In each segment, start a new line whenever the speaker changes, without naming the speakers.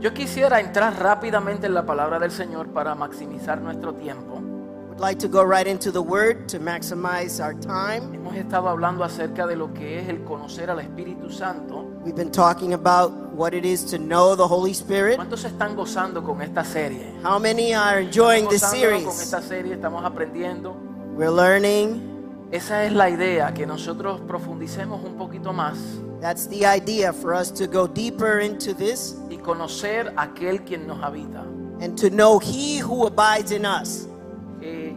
Yo quisiera entrar rápidamente en la palabra del Señor para maximizar nuestro tiempo.
Would like to go right into the Word to maximize our time.
Hemos estado hablando acerca de lo que es el conocer al Espíritu Santo.
We've been talking about what it is to know the Holy Spirit.
¿Cuántos se están gozando con esta serie?
How many are enjoying this
Gozándonos con
series?
esta serie estamos aprendiendo.
We're learning.
Esa es la idea, que nosotros profundicemos un poquito más
That's the idea for us to go deeper into this
y conocer a aquel quien nos habita.
and to know He who abides in us.
Eh,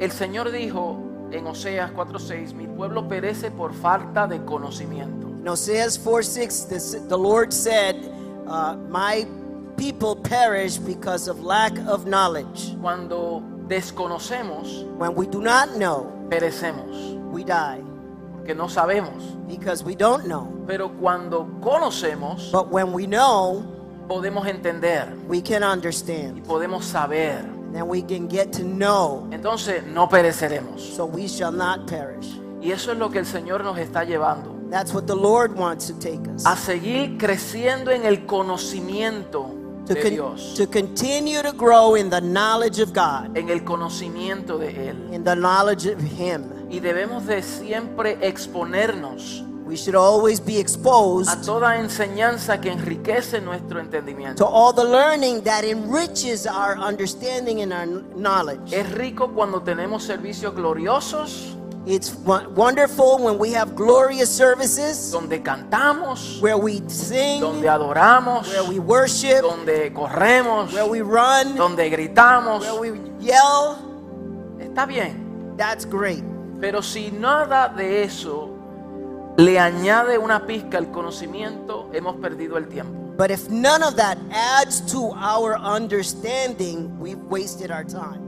el Señor dijo en Oseas 4:6, mi pueblo perece por falta de conocimiento.
In Oseas 4 6, the, the Lord said, uh, My people perish because of lack of knowledge.
Cuando desconocemos,
When we do not know,
perecemos,
we die
porque no sabemos.
because we don't know.
Pero cuando conocemos,
But when we know,
podemos entender
we can
y
understand.
podemos saber.
Then we can get to know,
Entonces no pereceremos.
so we shall not perish.
Y eso es lo que el Señor nos está llevando.
That's what the Lord wants to take us.
A seguir creciendo en el conocimiento
To,
de
con-
Dios.
to continue to grow in the knowledge of God,
En el conocimiento de Él.
in the knowledge of Him.
Y debemos de siempre exponernos
We should always be
a
exposed
toda enseñanza que enriquece nuestro
to
entendimiento.
all the learning that enriches our understanding and our knowledge.
Es rico cuando tenemos servicios gloriosos,
It's won- wonderful when we have glorious services
donde cantamos,
where we sing,
donde adoramos,
where we worship,
donde corremos,
where we run,
donde gritamos.
where we yell.
Está bien,
That's great.
pero si nada de eso le añade una pizca al conocimiento, hemos perdido el tiempo.
But if none of that adds to our understanding, we've wasted our time.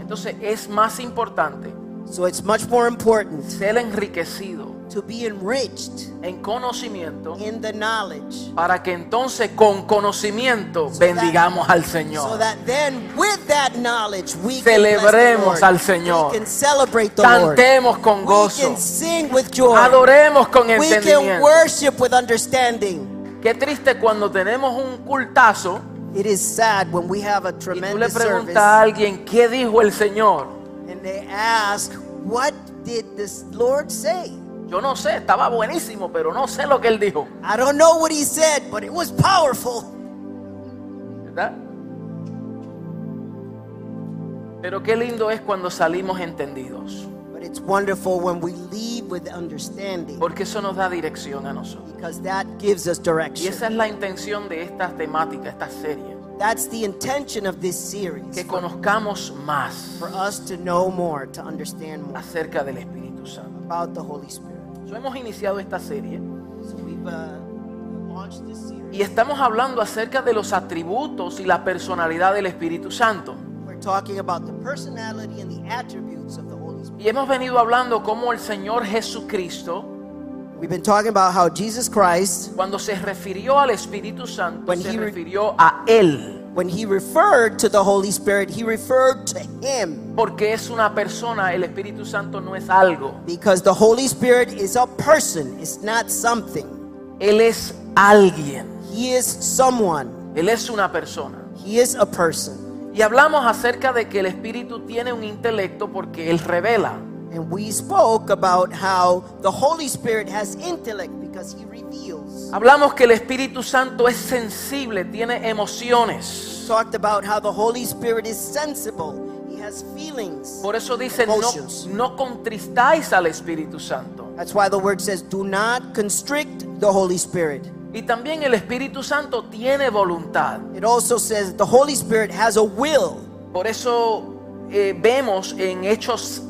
Entonces es más importante
So it's much more important
ser enriquecido
to be enriched
en conocimiento
in the knowledge
para que entonces con conocimiento
So that-
bendigamos al
so
Señor.
that then with that knowledge we can bless the
Celebremos
Lord.
al Señor.
We can celebrate the Lord.
Cantemos con
We
gozo,
can sing with joy.
adoremos con
We can
entendimiento.
worship with understanding.
Qué triste cuando tenemos un cultazo
It is sad when we have a
y tú le
tremendous service
preguntas a alguien qué dijo el Señor.
and they ask, What did this Lord say?
Yo no sé, estaba buenísimo, pero no sé lo que él dijo,
I don't know what he said, but it was powerful.
¿verdad? Pero qué lindo es cuando salimos entendidos,
But it's wonderful when we lead with understanding
porque eso nos da dirección a nosotros.
because that gives us
Y
direction.
esa es la intención de estas temáticas, estas series,
That's the intention of this series
que conozcamos más
for us to know more, to understand more
acerca del Espíritu Santo.
about the Holy Spirit.
So, hemos iniciado esta serie
So we've uh, launched this series.
y estamos hablando acerca de los atributos y la personalidad del Espíritu Santo.
We're talking about the personality and the attributes of the Holy Spirit.
Y hemos venido hablando cómo el Señor Jesucristo,
We've been talking about how Jesus Christ,
cuando se refirió al Espíritu Santo,
When
se
he re-
refirió a Él,
when he referred to the Holy Spirit, he referred to him
porque es una persona, el Espíritu Santo no es algo,
because the Holy Spirit is a person, it's not something.
Él es alguien,
He is someone,
Él es una persona.
he is a person.
Y hablamos acerca de que el Espíritu tiene un intelecto porque Él revela.
And we spoke about how the Holy Spirit has intellect because he reveals.
Hablamos que el Espíritu Santo es sensible, tiene emociones.
talked about how the Holy Spirit is sensible. He has feelings.
Por eso dice, no,
Emotions.
no contristáis al Espíritu Santo.
That's why the word says, do not constrict the Holy Spirit.
Y también el Espíritu Santo tiene voluntad.
It also says the Holy Spirit has a will.
Por eso eh, vemos en Hechos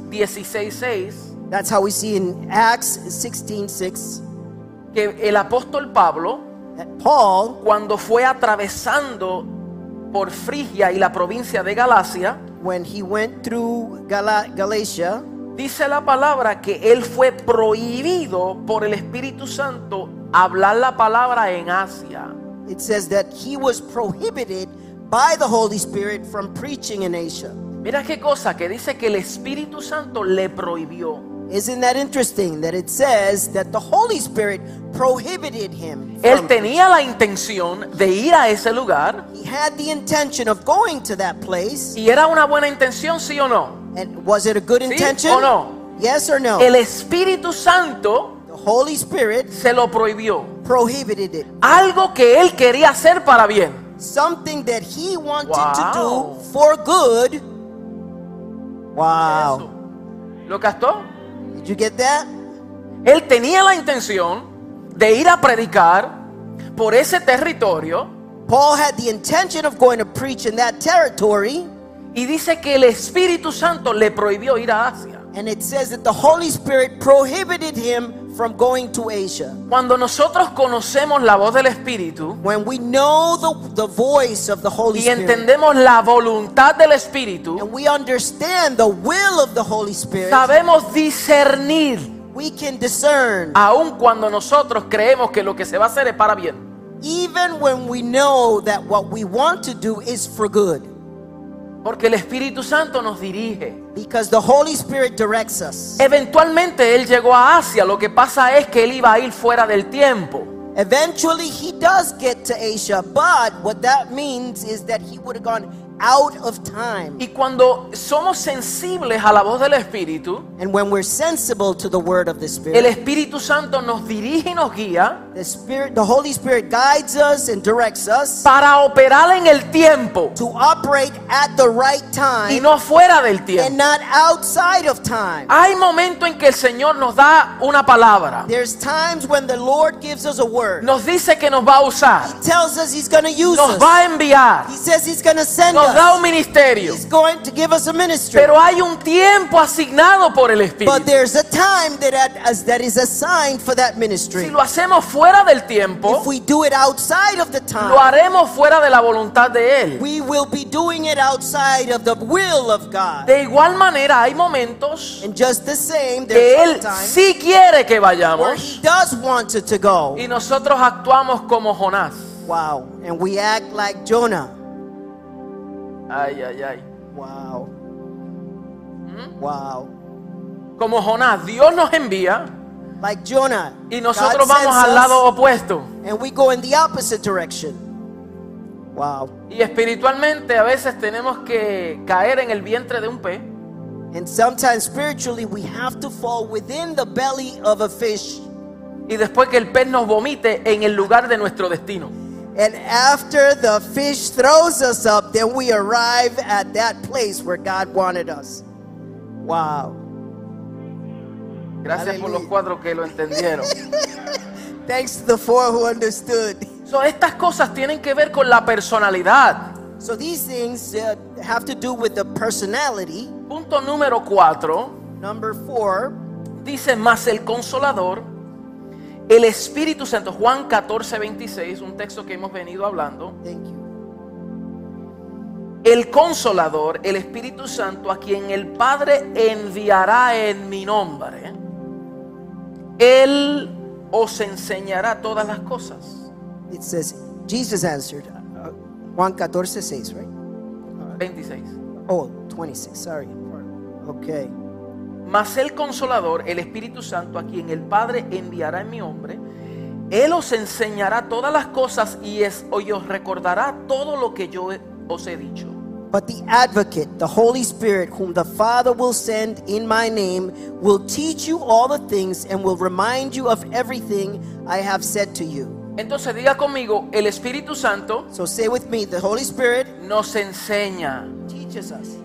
16:6
That's how we see in Acts 16 6
que el apóstol Pablo,
that Paul,
cuando fue atravesando por Frigia y la provincia de Galacia,
when he went through Gala- Galatia,
dice la palabra que él fue prohibido por el Espíritu Santo hablar la palabra en Asia.
it says that he was prohibited by the Holy Spirit from preaching in Asia.
Mira qué cosa que dice que el Espíritu Santo le prohibió.
Isn't that interesting that it says that the Holy Spirit prohibited him?
Él
From
tenía la intención de ir a ese lugar
he had the intention of going to that place.
y era una buena intención, sí o no.
And was it a good intention?
o no?
Yes or no?
El Espíritu Santo
the Holy Spirit
se lo prohibió.
prohibited it.
Algo que él quería hacer para bien.
Something that he wanted
Wow.
to do for good. Wow.
Eso. ¿Lo captó?
Did you get that?
Él tenía la intención de ir a predicar por ese territorio
Paul had the intention of going to preach in that territory,
y dice que el Espíritu Santo le prohibió ir a Asia.
and it says that the Holy Spirit prohibited him from going to Asia.
Cuando nosotros conocemos la voz del Espíritu
When we know the, the voice of the Holy
y
Spirit,
entendemos la voluntad del Espíritu,
and we understand the will of the Holy Spirit,
sabemos discernir,
we can discern,
aun cuando nosotros creemos que lo que se va a hacer es para bien.
even when we know that what we want to do is for good,
Porque el Espíritu Santo nos dirige.
because the Holy Spirit directs us.
Eventualmente él llegó a Asia, lo que pasa es que él iba a ir fuera del tiempo.
Eventually, he does get to Asia, but what that means is that he would have gone out of time.
Y cuando somos sensibles a la voz del Espíritu,
And when we're sensible to the word of the
el
Spirit,
Espíritu Santo nos dirige y nos guía
the Spirit, the Holy Spirit guides us and directs us
para operar en el tiempo
to operate at the right
y
time
no fuera del
and
tiempo.
not outside of time.
Hay momentos en que el Señor nos da una palabra,
There's times when the Lord gives us a word.
nos dice que nos va a usar,
He tells us He's going to use
nos
us.
va a enviar,
He says He's going to send
nos da un
us.
ministerio,
He's going to give us a ministry.
pero hay un tiempo asignado por el
But
Espíritu.
there's a time that that is- that is assigned for that
Si
ministry.
lo hacemos fuera del tiempo,
If we do it outside of the
lo
time,
haremos fuera de la voluntad de Él.
we will be doing it outside of the will of God.
De igual manera, hay momentos
And just the same,
que
there's
Él
sometimes
sí quiere que
where he
vayamos
does want it to go.
y nosotros actuamos como Jonás.
Wow. And we act like Jonah.
Ay, ay, ay.
Wow.
Hmm?
Wow.
Como Jonás, Dios nos envía
Like Jonah.
y
God
nosotros
sends
vamos al
us,
lado opuesto.
and we go in the opposite direction. Wow.
Y espiritualmente a veces tenemos que caer en el vientre de un pez
And sometimes spiritually we have to fall within the belly of a fish.
y después que el pez nos vomite en el lugar de nuestro destino.
And after the fish throws us up, then we arrive at that place where God wanted us. Wow.
Gracias por
Aleluya.
los cuatro que lo entendieron.
Thanks to the four who understood.
So, estas cosas tienen que ver con la personalidad.
So these things uh, have to do with the personality.
Punto número cuatro
Number four,
dice más el consolador, el Espíritu Santo, Juan 14, 26, un texto que hemos venido hablando.
thank you.
El consolador, el Espíritu Santo, a quien el Padre enviará en mi nombre, Él os enseñará todas las cosas.
It says, Jesus answered, uh, Juan 14, 6, right?
26.
Oh, 26, sorry. Okay.
Mas el consolador, el Espíritu Santo, a quien el Padre enviará en mi nombre, Él os enseñará todas las cosas y, es- y os recordará todo lo que yo he- os he dicho.
But the advocate, the Holy Spirit, whom the Father will send in my name, will teach you all the things and will remind you of everything I have said to you.
Entonces diga conmigo, el Espíritu Santo
So say with me, the Holy Spirit
nos enseña.
teaches us.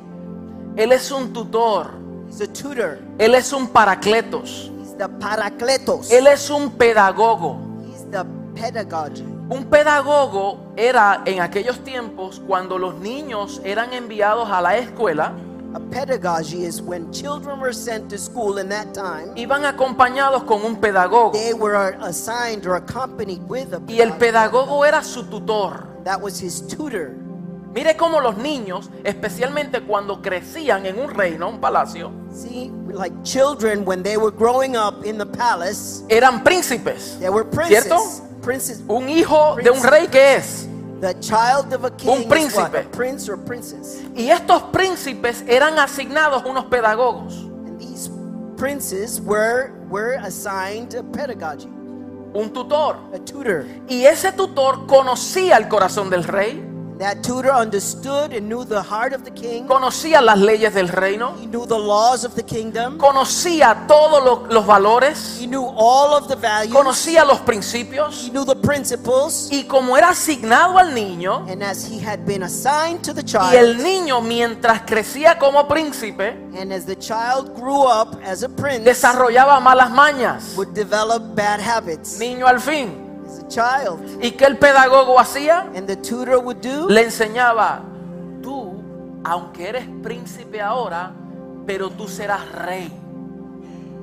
Él es un tutor.
He's a tutor.
Él es un paracletos.
He's the parakletos.
Él es un pedagogo.
He's the pedagogy.
Un pedagogo era en aquellos tiempos cuando los niños eran enviados a la escuela,
A pedagogy is when children were sent to school in that time,
iban acompañados con un pedagogo.
they were assigned or accompanied with a
Y el
pedagogy.
pedagogo era su tutor.
That was his tutor.
Mire cómo los niños, especialmente cuando crecían en un reino, un palacio,
See, like children, when they were growing up in the palace,
eran príncipes.
they were princes. Princes.
Un hijo de un rey que es.
The child of a king
Un
is what? A
príncipe.
prince or princess.
Y estos príncipes eran asignados unos pedagogos.
And these princes were, were assigned a pedagogy,
un tutor.
a tutor.
Y ese tutor conocía el corazón del rey,
That tutor understood and knew the heart of the king,
conocía las leyes del reino,
he knew the laws of the kingdom,
conocía todos lo- los valores,
he knew all of the values,
conocía los
he
principios.
knew the principles,
Y como era asignado al niño,
and as he had been assigned to the
y el
child,
niño mientras crecía como príncipe,
and as the child grew up as a prince,
desarrollaba malas mañas.
would develop bad habits
Niño al fin.
as a child.
¿Y qué el pedagogo hacía?
And the tutor would do,
Le enseñaba, tú, aunque eres príncipe ahora, pero tú serás rey.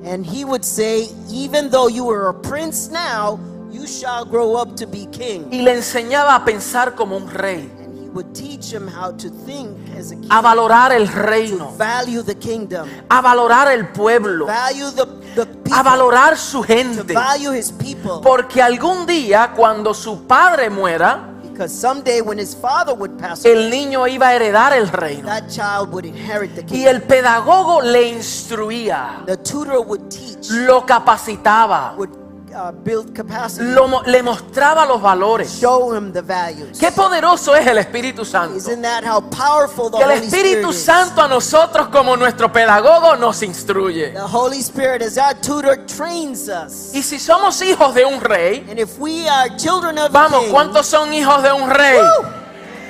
and he would say, Even though you are a prince now, you shall grow up to be king.
Y le enseñaba a pensar como un rey,
And he would teach him how to think as a king,
a valorar el
to
reino,
value the kingdom,
a valorar el pueblo,
value the, the
a
people,
valorar su
to
gente.
value his people.
Porque algún día, cuando su padre muera,
Because someday when his father would pass away,
el niño iba a heredar el reino.
that child would inherit the
Y
kingdom.
el pedagogo le instruía,
The tutor would teach,
lo capacitaba,
would uh, build capacity,
lo mo- le mostraba los valores.
show him the values.
Qué poderoso es el Espíritu Santo.
Isn't that how powerful the
Que el
Holy Spirit
Espíritu
is?
Santo a nosotros como nuestro pedagogo nos instruye.
The Holy Spirit as our tutor trains us.
Y si somos hijos de un rey,
And if we are children of
vamos,
the King,
¿cuántos son hijos de un rey?
Woo!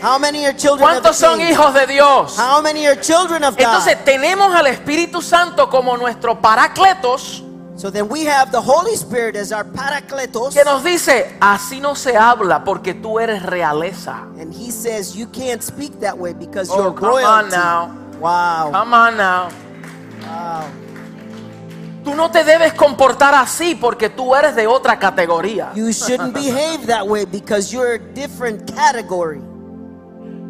how many are children of the
¿Cuántos son
King?
hijos de Dios?
How many are children of God?
Entonces tenemos al Espíritu Santo como nuestro paracletos
So then we have the Holy Spirit as our paracletos.
que nos dice, así no se habla porque tú eres realeza.
And he says you can't speak that way because
Oh,
you're
come on
royalty.
now.
Wow.
Come on now.
wow.
Tú no te debes comportar así porque tú eres de otra categoría.
You shouldn't behave that way because you're a different category.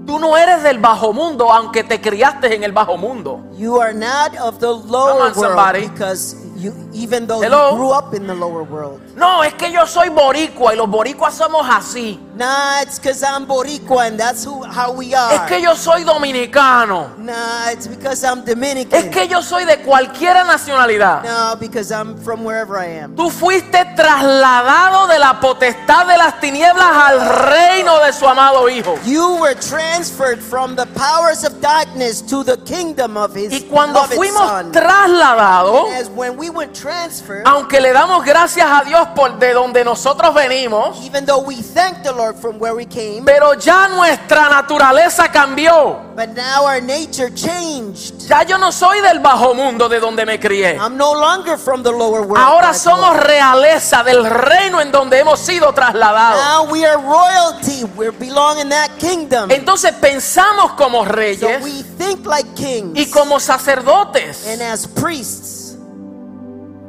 Tú no eres del bajo mundo, aunque te criaste en el bajo mundo.
You are not of the lower
on,
world
somebody.
because you even though
Hello?
you grew up in the lower world.
No, es que yo soy boricua y los boricuas somos así.
Nah, it's because I'm Boricua and that's who how we are.
Es que yo soy dominicano.
Nah, it's because I'm Dominican.
Es que yo soy de cualquier nacionalidad.
No, because I'm from wherever I am.
Tú fuiste trasladado de la potestad de las tinieblas al reino de su amado Hijo.
You were transferred from the powers of darkness to the kingdom of his
Y cuando
beloved
fuimos
son.
trasladados,
As when we were transferred,
aunque le damos gracias a Dios por de donde nosotros venimos,
even though we thank the Lord from where we came,
pero ya nuestra naturaleza cambió.
but now our nature changed.
Ya yo no soy del bajo mundo de donde me crié.
I'm no longer from the lower world.
Ahora
like
somos
Lord.
realeza del reino en donde hemos sido trasladados.
now we are royalty. We belong in that kingdom.
Entonces pensamos como
so we
reyes
think like kings
y como sacerdotes.
and as priests.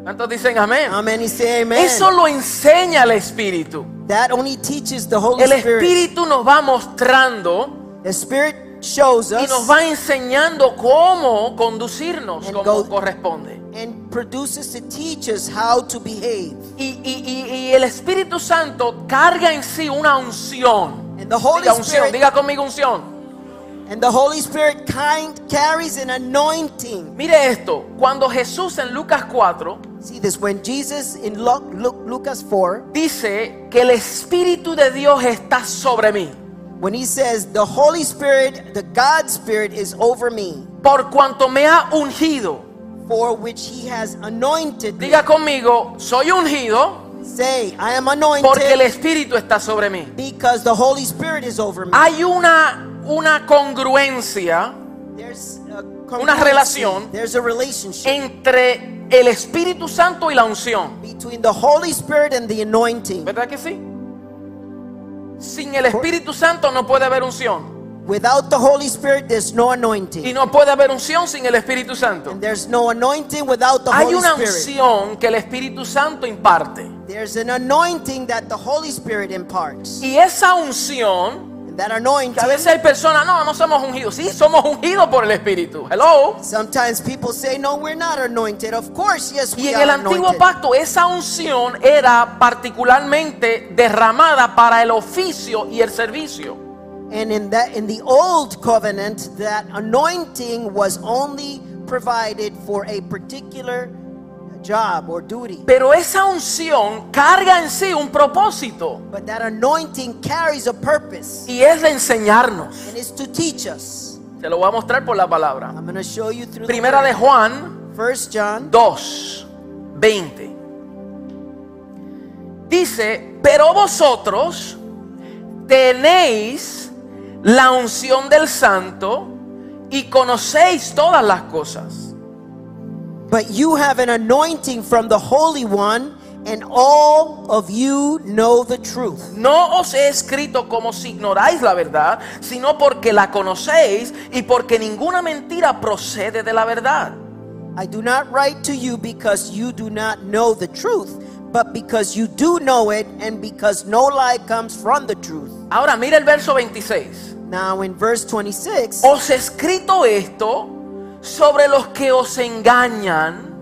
¿Cuántos dicen amén?
How many say amen?
Eso lo enseña el Espíritu.
That only teaches the Holy
El
Spirit.
Espíritu nos va mostrando
The Spirit shows
y
us
nos va enseñando cómo conducirnos
And
como
go-
corresponde.
and produces to teach us how to behave.
Y, y- y- y el Espíritu Santo carga en sí una unción.
And the Holy
Diga unción,
Spirit
diga conmigo unción.
and the Holy Spirit kind carries an anointing.
Mire esto, cuando Jesús en Lucas 4
See this when Jesus in Luke, Luke, Lucas 4
dice que el Espíritu de Dios está sobre mí,
when he says the Holy Spirit, the God Spirit is over me,
por cuanto me ha ungido.
for which he has anointed me.
Diga conmigo, soy ungido
Say, I am
porque el
anointed
Espíritu está sobre mí.
because the Holy Spirit is over me.
Hay una, una congruencia
There's a
Una
congruency.
relación.
There's a relationship.
entre el Espíritu Santo y la unción.
between the Holy Spirit and the anointing.
¿Verdad que sí? Sin el Espíritu Santo no puede haber unción.
Without the Holy Spirit, there's no
Y
anointing.
no puede haber unción sin el Espíritu Santo.
And there's no anointing without the
Hay
Holy
una
Spirit.
unción que el Espíritu Santo imparte.
There's an anointing that the Holy Spirit imparts.
Y esa unción,
And that
que a
anointing,
veces hay personas, no, no somos ungidos. Sí, somos ungidos por el Espíritu. Hello.
sometimes people say, no, we're not anointed. Of course, yes,
Y
we
en el
are
antiguo
anointed.
pacto esa unción era particularmente derramada para el oficio y el servicio.
And in that, in the old covenant, that anointing was only provided for a particular job or duty.
Pero esa unción carga en sí un propósito
But that anointing carries a purpose
y es de enseñarnos.
and is to teach us.
Se lo voy a mostrar por la palabra.
I'm going to show you through
Primera de Juan
the First John
2, 20. Dice, pero vosotros tenéis la unción del santo y conocéis todas las cosas.
But you have an anointing from the Holy One, and all of you know the truth.
No os he escrito como si ignoráis la verdad, sino porque la conocéis y porque ninguna mentira procede de la verdad.
I do not write to you because you do not know the truth, but because you do know it, and because no lie comes from the truth.
Ahora mira el verso 26.
Now, in verse 26,
Os he escrito esto sobre los que os engañan,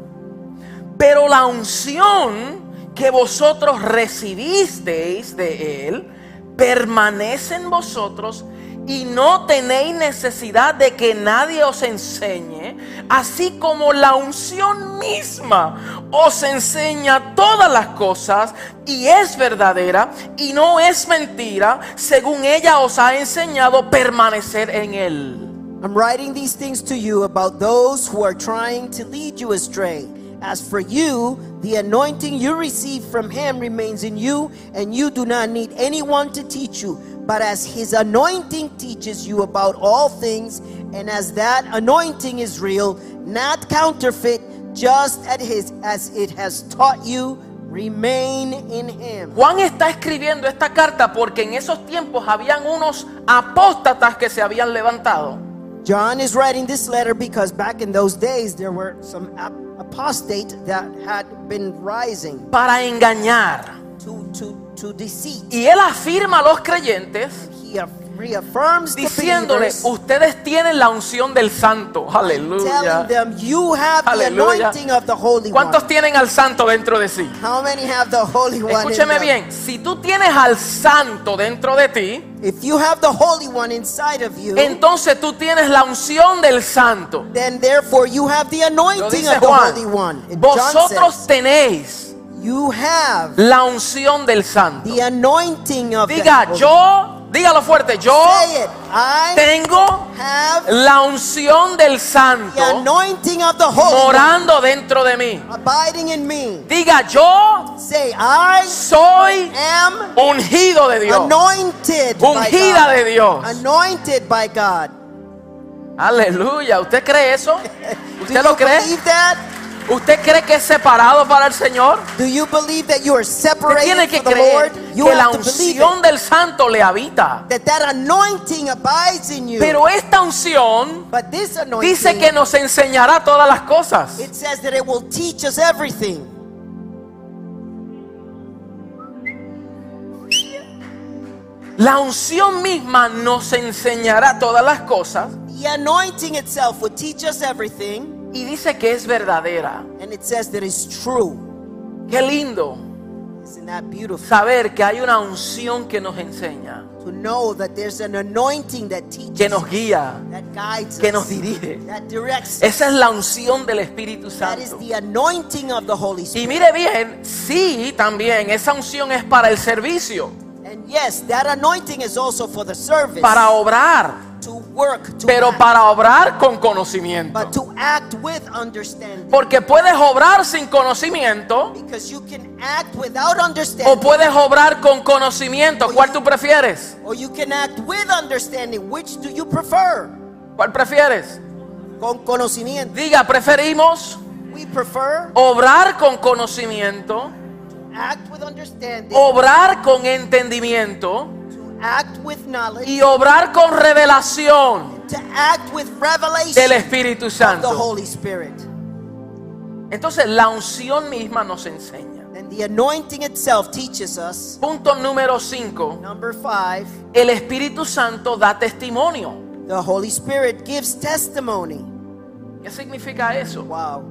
pero la unción que vosotros recibisteis de él permanece en vosotros y no tenéis necesidad de que nadie os enseñe, así como la unción misma os enseña todas las cosas y es verdadera y no es mentira, según ella os ha enseñado permanecer en él.
I'm writing these things to you about those who are trying to lead you astray. As for you, the anointing you receive from him remains in you, and you do not need anyone to teach you. But as his anointing teaches you about all things, and as that anointing is real, not counterfeit, just at his as it has taught you, remain in him.
Juan está escribiendo esta carta porque en esos tiempos habían unos apóstatas que se habían levantado.
John is writing this letter because back in those days there were some ap- apostate that had been rising.
para engañar.
to, to, to deceit.
Y él afirma a los creyentes
He aff- reaffirms the
diciéndole,
believers,
ustedes tienen la unción del santo. Aleluya.
telling them, you have
Aleluya.
the anointing of the Holy
¿Cuántos
One.
tienen al santo dentro de sí?
How many have the Holy One in
Escúcheme
them?
bien, si tú tienes al santo dentro de ti,
If you have the Holy One inside of you,
entonces tú tienes la unción del santo.
then therefore you have the
Lo
anointing
dice
of the
Juan.
Holy One. And John
Vosotros
says,
tenéis
you have
la unción del santo.
the anointing of the
Diga,
Holy
yo, dígalo fuerte, yo
Say it. I
tengo
have
la unción del
the
santo
anointing of the Holy
morando dentro de mí.
One abiding in me.
Diga, yo
Say, I
soy
am
ungido de Dios.
Anointed by
Ungida
God.
de Dios.
Anointed by God.
Aleluya. ¿Usted cree eso?
Do
¿Usted
you
lo cree?
believe that?
¿Usted cree que es separado para el Señor?
Do you believe that you are
Usted
separated
tiene que
from the
creer
Lord? You
que la
have to believe
unción
it.
del santo le habita.
that that anointing abides in you.
Pero esta unción
but this anointing,
dice que nos enseñará todas las cosas.
it says that it will teach us everything.
La unción misma nos enseñará todas las cosas
The anointing itself will teach us everything,
y dice que es verdadera.
and it says that it's true.
Qué lindo
Isn't that beautiful?
saber que hay una unción que nos enseña,
To know that there's an anointing that teaches,
que nos guía,
that guides
que nos
us,
dirige.
that directs. us.
Esa es la unción del Espíritu
That is
Santo.
the anointing of the Holy Spirit.
Y mire bien, sí, también esa unción es para el servicio,
And yes, that anointing is also for the service.
para obrar,
to work, to
pero
act,
para obrar con conocimiento.
but to act with understanding.
Porque puedes obrar sin conocimiento
Because you can act without
o
understanding,
puedes obrar con conocimiento. ¿Cuál tú prefieres?
or you can act with understanding. Which do you prefer?
¿Cuál prefieres?
Con conocimiento.
Diga, preferimos
We prefer
obrar con conocimiento,
act with understanding,
obrar con entendimiento
to act with knowledge,
y obrar con revelación
to act with
del
revelation
Espíritu
of the
Santo.
Holy Spirit.
Entonces la unción misma nos enseña.
And the anointing itself teaches us.
Punto número 5.
Number five,
El Espíritu Santo da testimonio.
the Holy Spirit gives testimony.
¿Qué significa eso?
Wow.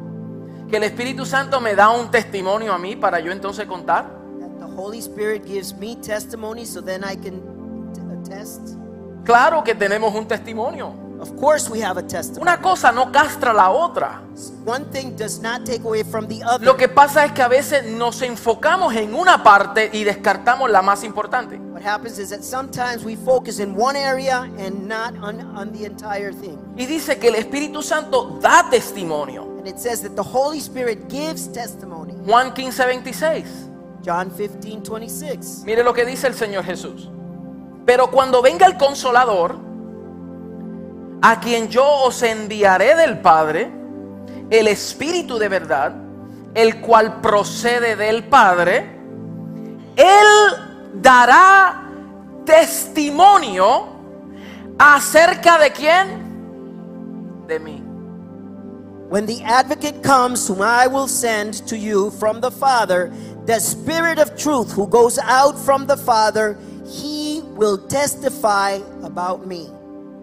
Que el Espíritu Santo me da un testimonio a mí para yo entonces contar.
That the Holy Spirit gives me testimony so then I can t- attest.
Claro que tenemos un testimonio.
Of course, we have a testimony.
Una cosa no castra la otra.
One thing does not take away from the other.
Lo que pasa es que a veces nos enfocamos en una parte y descartamos la más importante.
What happens is that sometimes we focus in one area and not on, on the entire thing.
Y dice que el Espíritu Santo da testimonio.
And it says that the Holy Spirit gives testimony.
Juan 15, 26.
John 15, 26.
Mire lo que dice el Señor Jesús. Pero cuando venga el consolador, a quien yo os enviaré del Padre, el Espíritu de verdad, el cual procede del Padre, Él dará testimonio acerca de quién? De mí.
When the advocate comes, whom I will send to you from the Father, the Spirit of truth who goes out from the Father, he will testify about me.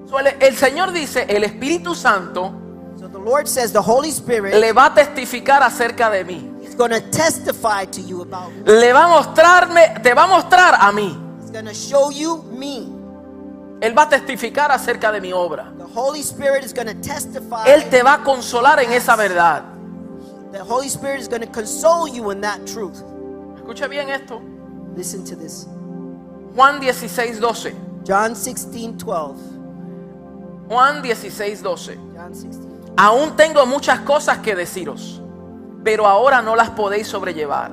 So, el- el Señor dice, el Espíritu Santo
So the Lord says the Holy Spirit
le va a testificar acerca de mí.
is going to testify to you about me.
Le va a mostrarme, te va a mostrar a mí.
He's going to show you me.
Él va a testificar acerca de mi obra.
The Holy Spirit is going to testify.
Él te va a consolar en esa verdad.
The Holy Spirit is going to console you in that truth.
Escuche bien esto.
Listen to this.
Juan 16, 12.
John 16, 12.
Juan 16, 12.
John 16.
Aún tengo muchas cosas que deciros, pero ahora no las podéis sobrellevar.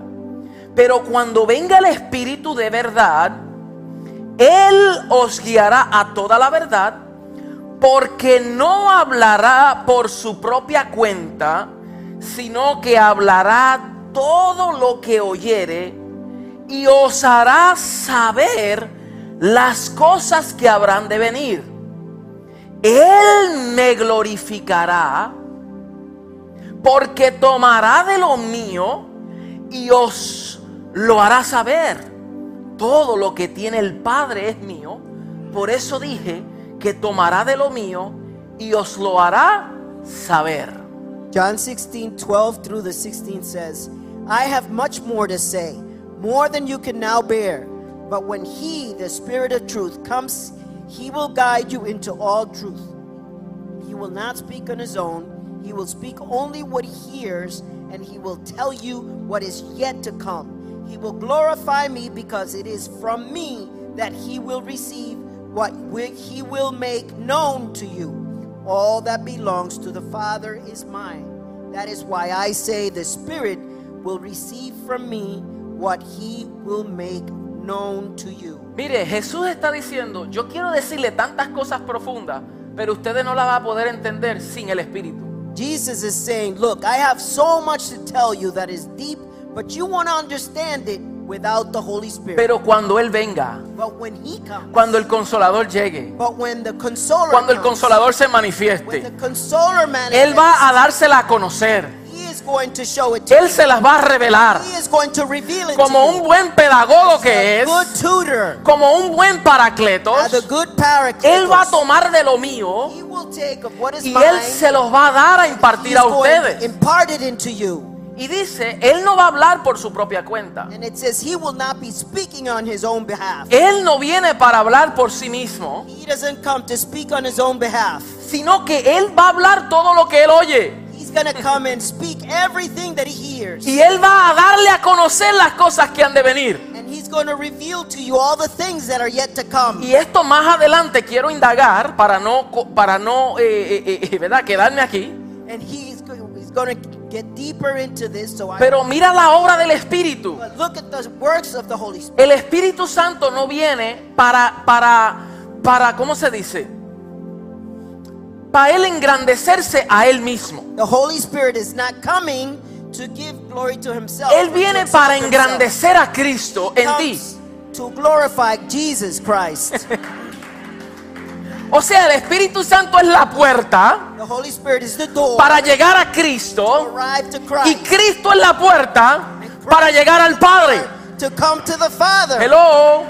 Pero cuando venga el Espíritu de verdad, Él os guiará a toda la verdad, porque no hablará por su propia cuenta, sino que hablará todo lo que oyere y os hará saber las cosas que habrán de venir. Él me glorificará porque tomará de lo mío y os lo hará saber. Todo lo que tiene el Padre es mío. Por eso dije que tomará de lo mío y os lo hará saber.
John 16, 12 through the 16 says, I have much more to say, more than you can now bear. But when He, the Spirit of truth, comes, He will guide you into all truth. He will not speak on His own, He will speak only what He hears, and He will tell you what is yet to come. He will glorify me because it is from me that He will receive what wi- He will make known to you. All that belongs to the Father is mine. That is why I say the Spirit will receive from me what he will make known to you.
Mire, Jesús está diciendo, yo quiero decirle tantas cosas profundas, pero ustedes no las van a poder entender sin el Espíritu.
Jesus is saying, Look, I have so much to tell you that is deep, but you want to understand it without the Holy Spirit.
Pero cuando Él venga,
But when he comes,
cuando el consolador llegue,
but when the consoler
cuando el
comes,
consolador se
when the
manifieste,
consoler
él
manifests,
va a dársela a conocer.
he is going to show it to
Él se las va a revelar
you. He is going to reveal it
como
to
un
you.
buen pedagogo que
a
es,
good tutor,
como un buen
as a
paracletos.
good paraclete.
Él va a tomar de lo mío
He will take of what is
y
mine,
él se los va a dar a
he's
impartir a
going to
ustedes.
impart it into you.
Y dice, él no va a hablar por su propia cuenta.
And it says he will not be speaking on his own behalf.
Él no viene para hablar por sí mismo,
He doesn't come to speak on his own behalf.
sino que él va a hablar todo lo que él oye.
He's going to come and speak everything that he hears.
Y él va a darle a conocer las cosas que han de venir.
And he's going to reveal to you all the things that are yet to come.
Y esto más adelante quiero indagar para no, co- para no eh, eh, eh, ¿verdad? quedarme aquí.
And he's, go- he's going to get deeper into this. So I
Pero mira la obra del Espíritu.
but look at the works of the Holy Spirit.
El Espíritu Santo no viene para, para, para, ¿cómo se dice? Para él engrandecerse a él mismo.
The Holy Spirit is not coming to give glory to himself.
Él
or to
viene
exalt
para
himself.
engrandecer a Cristo en ti.
comes to glorify Jesus Christ.
O sea, el Espíritu Santo es la puerta
the Holy Spirit is the door
para llegar a
to
Cristo
arrive to
y
Christ,
Cristo es la puerta para llegar al Padre.
to come to the Father.
Hello.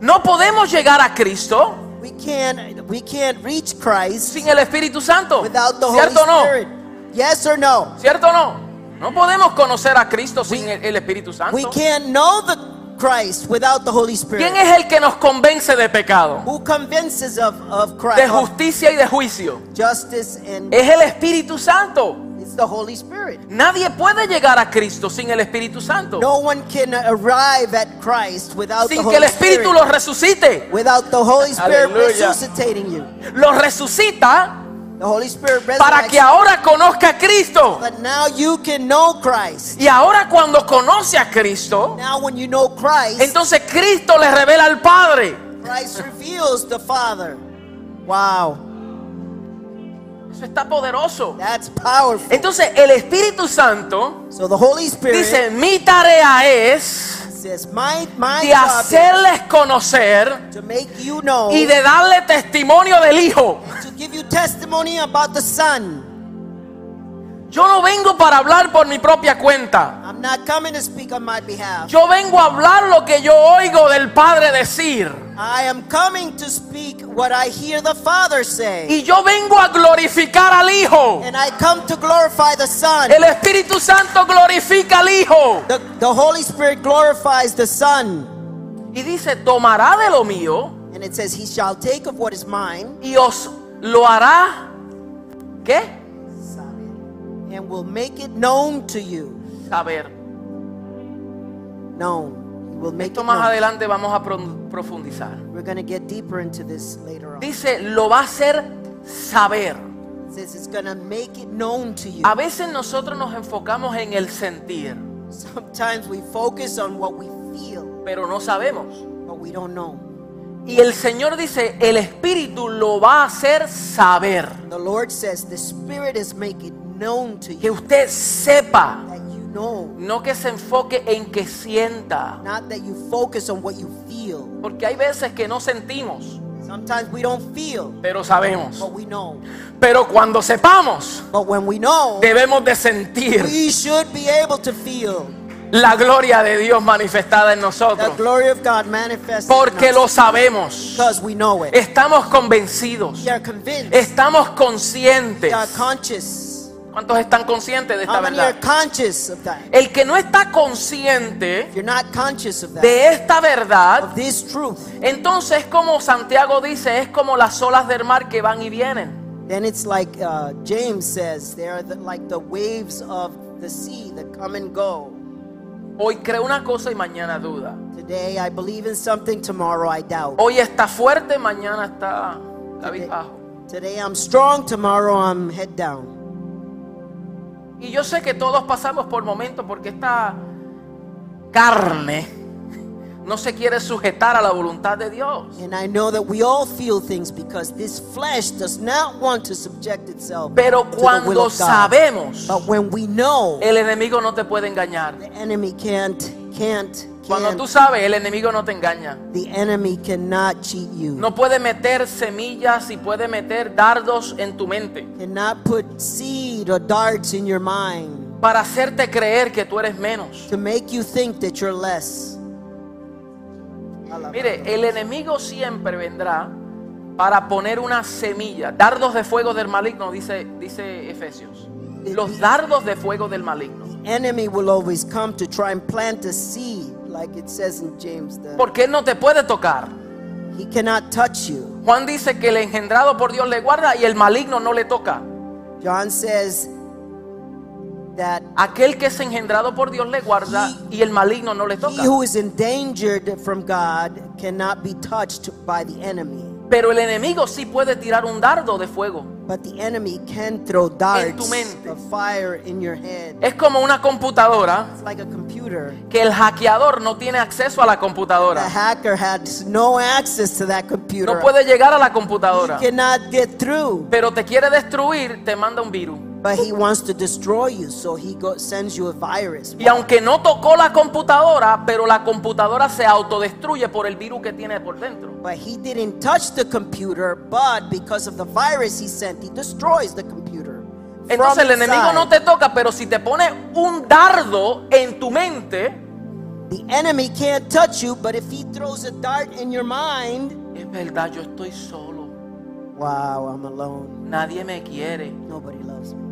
No podemos llegar a Cristo
We can't we can't reach Christ
sin el Espíritu Santo.
without the Holy
¿Cierto o no?
Spirit. Yes or no?
¿Cierto o no? No podemos conocer a Cristo sin el, el Espíritu Santo.
We can't know the Christ, without the Holy
¿Quién
Spirit.
es el que nos convence de pecado,
Who convinces of, of
de Eh.
Christ, of
justicia y de juicio?
justice, and
Es el Espíritu Santo.
it's the Holy Spirit.
Nadie puede llegar a Cristo sin el Espíritu Santo.
No one can arrive at Christ without the
sin que el
Holy
Espíritu
Spirit.
lo resucite.
Without the Holy Spirit
Aleluya.
resuscitating you.
Lo resucita
The Holy Spirit
para
resurrects
que
you.
ahora conozca a Cristo.
But now you can know Christ.
Y ahora cuando conoce a Cristo,
Now when you know Christ,
entonces Cristo le revela al Padre.
Christ reveals the Father. Wow,
Eso está poderoso.
that's powerful.
Entonces el Espíritu Santo
So the Holy Spirit
dice, mi tarea es
says, my, my
de
job is
hacerles conocer
to make you know
y de darle testimonio del Hijo.
to give you testimony about the Son.
Yo no vengo para hablar por mi propia cuenta.
I'm not coming to speak on my behalf.
Yo vengo a hablar lo que yo oigo del Padre decir.
I am coming to speak what I hear the Father say.
Y yo vengo a glorificar al Hijo.
And I come to glorify the Son.
El Espíritu Santo glorifica al Hijo.
The, the Holy Spirit glorifies the Son.
Y dice, tomará de lo mío
And it says, He shall take of what is mine
y os lo hará. ¿Qué?
and will make it known to you.
Saber.
Known. He will make
Esto
it
más
known.
adelante vamos a pro- profundizar.
We're going to get deeper into this later on. It
Dice, lo va a hacer saber.
says, It's going to make it known to you.
A veces nosotros nos enfocamos en el sentir,
Sometimes we focus on what we feel,
pero no sabemos.
but we don't know.
Y el Señor dice, el Espíritu lo va a hacer saber.
The Lord says, The Spirit is making known to
Que
you
usted sepa,
that you know,
no que se enfoque en que sienta.
not that you focus on what you feel.
Porque hay veces que no sentimos,
Sometimes we don't feel,
pero sabemos.
but we know.
Pero cuando sepamos,
But when we know,
debemos de sentir
We should be able to feel
la gloria de Dios manifestada en
the
nosotros.
glory of God manifested
Porque
in
lo
us
sabemos.
because we know it.
Estamos convencidos.
We are convinced.
Estamos
We
conscientes.
are conscious.
¿Cuántos están conscientes de esta
How many are
verdad?
conscious of that?
El que no está consciente
If you're not conscious of that,
de esta verdad,
of this truth,
entonces es como Santiago dice, es como las olas del mar que van y vienen.
then it's like uh, James says, they are the, like the waves of the sea that come and go.
Hoy creo una cosa y mañana duda.
Today I believe in something, tomorrow I doubt.
Hoy está fuerte, mañana está David bajo.
Today I'm strong, tomorrow I'm head down.
Y yo sé que todos pasamos por momentos porque esta carne no se quiere sujetar a la voluntad de Dios.
And I know that we all feel things because this flesh does not want to subject itself
Pero
to the will
cuando
of God.
sabemos,
But when we know,
el enemigo no te puede engañar.
the enemy can't, can't,
Cuando
can't.
tú sabes, el enemigo no te engaña.
The enemy cannot cheat you.
No puede meter semillas y puede meter dardos en tu mente
Cannot put seed or darts in your mind
para hacerte creer que tú eres menos.
to make you think that you're less.
Mire, el enemigo siempre vendrá para poner una semilla. Dardos de fuego del maligno, dice, dice Efesios. Los dardos de fuego del maligno.
Enemy will always come to try and plant a seed, like it says in James. That
Porque él no te puede tocar.
he cannot touch you.
Juan dice que el engendrado por Dios le guarda y el maligno no le toca.
John says that
Aquel que es engendrado por Dios le guarda y el maligno no le toca.
he who is endangered from God cannot be touched by the enemy.
Pero el enemigo sí puede tirar un dardo de fuego.
But the enemy can throw darts
mente.
of fire in your head.
Es como una computadora
It's like a computer.
que el hackeador no tiene acceso a la
The
computadora.
hacker has no access to that
No
computer.
puede llegar a la
he
computadora.
cannot get through.
pero te quiere destruir, te manda un virus.
But he wants to destroy you, so he go, sends you a virus.
Y aunque no tocó la computadora, pero la computadora se autodestruye por el virus que tiene por dentro.
But he didn't touch the computer, but because of the virus he sent, he destroys the computer. from
Entonces el enemigo
inside.
no te toca, pero si te pone un dardo en tu mente,
The enemy can't touch you, but if he throws a dart in your mind,
es verdad, yo estoy solo,
wow, I'm alone.
nadie me quiere,
Nobody loves me.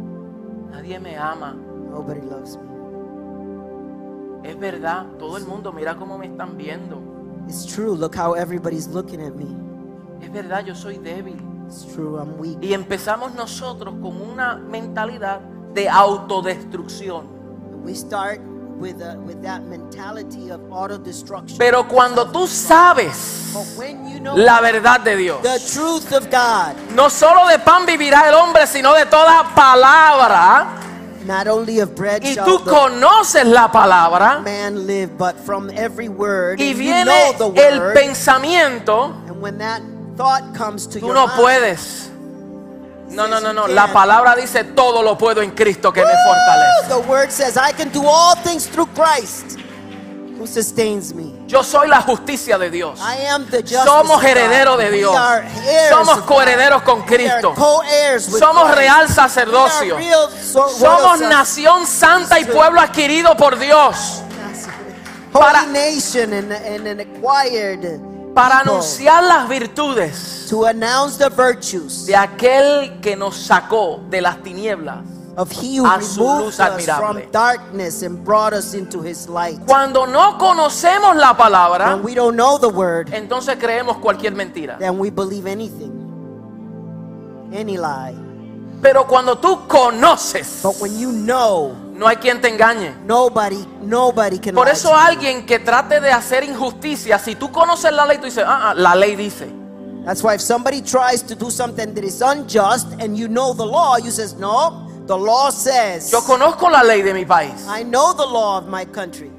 nadie me ama.
Nobody loves me.
Es verdad, todo el mundo mira cómo me están viendo.
It's true. Look how everybody's looking at me.
Es verdad, yo soy débil.
It's true. I'm weak.
Y empezamos nosotros con una mentalidad de autodestrucción.
We start with a, with that mentality of auto destruction.
Pero cuando tú sabes
but when you know
la verdad de Dios,
the truth of God,
no solo de pan vivirá el hombre, sino de toda palabra,
not only of bread
y
shall
tú
the
conoces la palabra,
man live, but from every word,
y
and you know
viene
the
el
word,
pensamiento,
and when that thought comes to
tú
your
no
mind,
puedes. No, no, no, no.
Yes, you
La
can.
palabra dice todo lo puedo en Cristo que me fortalece.
The word says, I can do all things through Christ who sustains me.
Yo soy la justicia de Dios.
I am the justice
Somos
of God.
herederos de
We
Dios.
are heirs
Somos
of God.
coherederos con
We are
Cristo.
co-heirs with
Somos
Christ.
real
We are
sacerdocio.
real so- royal
Somos
sac-
nación santa y pueblo adquirido por Dios
Holy
para-
nation and, and an acquired
para
people
anunciar las virtudes
to announce the virtues
de aquel que nos sacó de las tinieblas.
of he who
a su
removed
luz
us
admirable.
from darkness and brought us into his light.
Cuando no conocemos la palabra,
When we don't know the word,
entonces creemos cualquier mentira.
then we believe anything, any lie.
Pero cuando tú conoces,
But when you know,
no hay quien te engañe.
nobody, nobody can.
Por
lie
eso
to you.
alguien que trate de hacer injusticia, si tú conoces la ley, tú dices, ah, ah, la ley dice.
That's why if somebody tries to do something that is unjust and you know the law, you says no. The law says.
Yo conozco la ley de mi país.
I know the law of my country.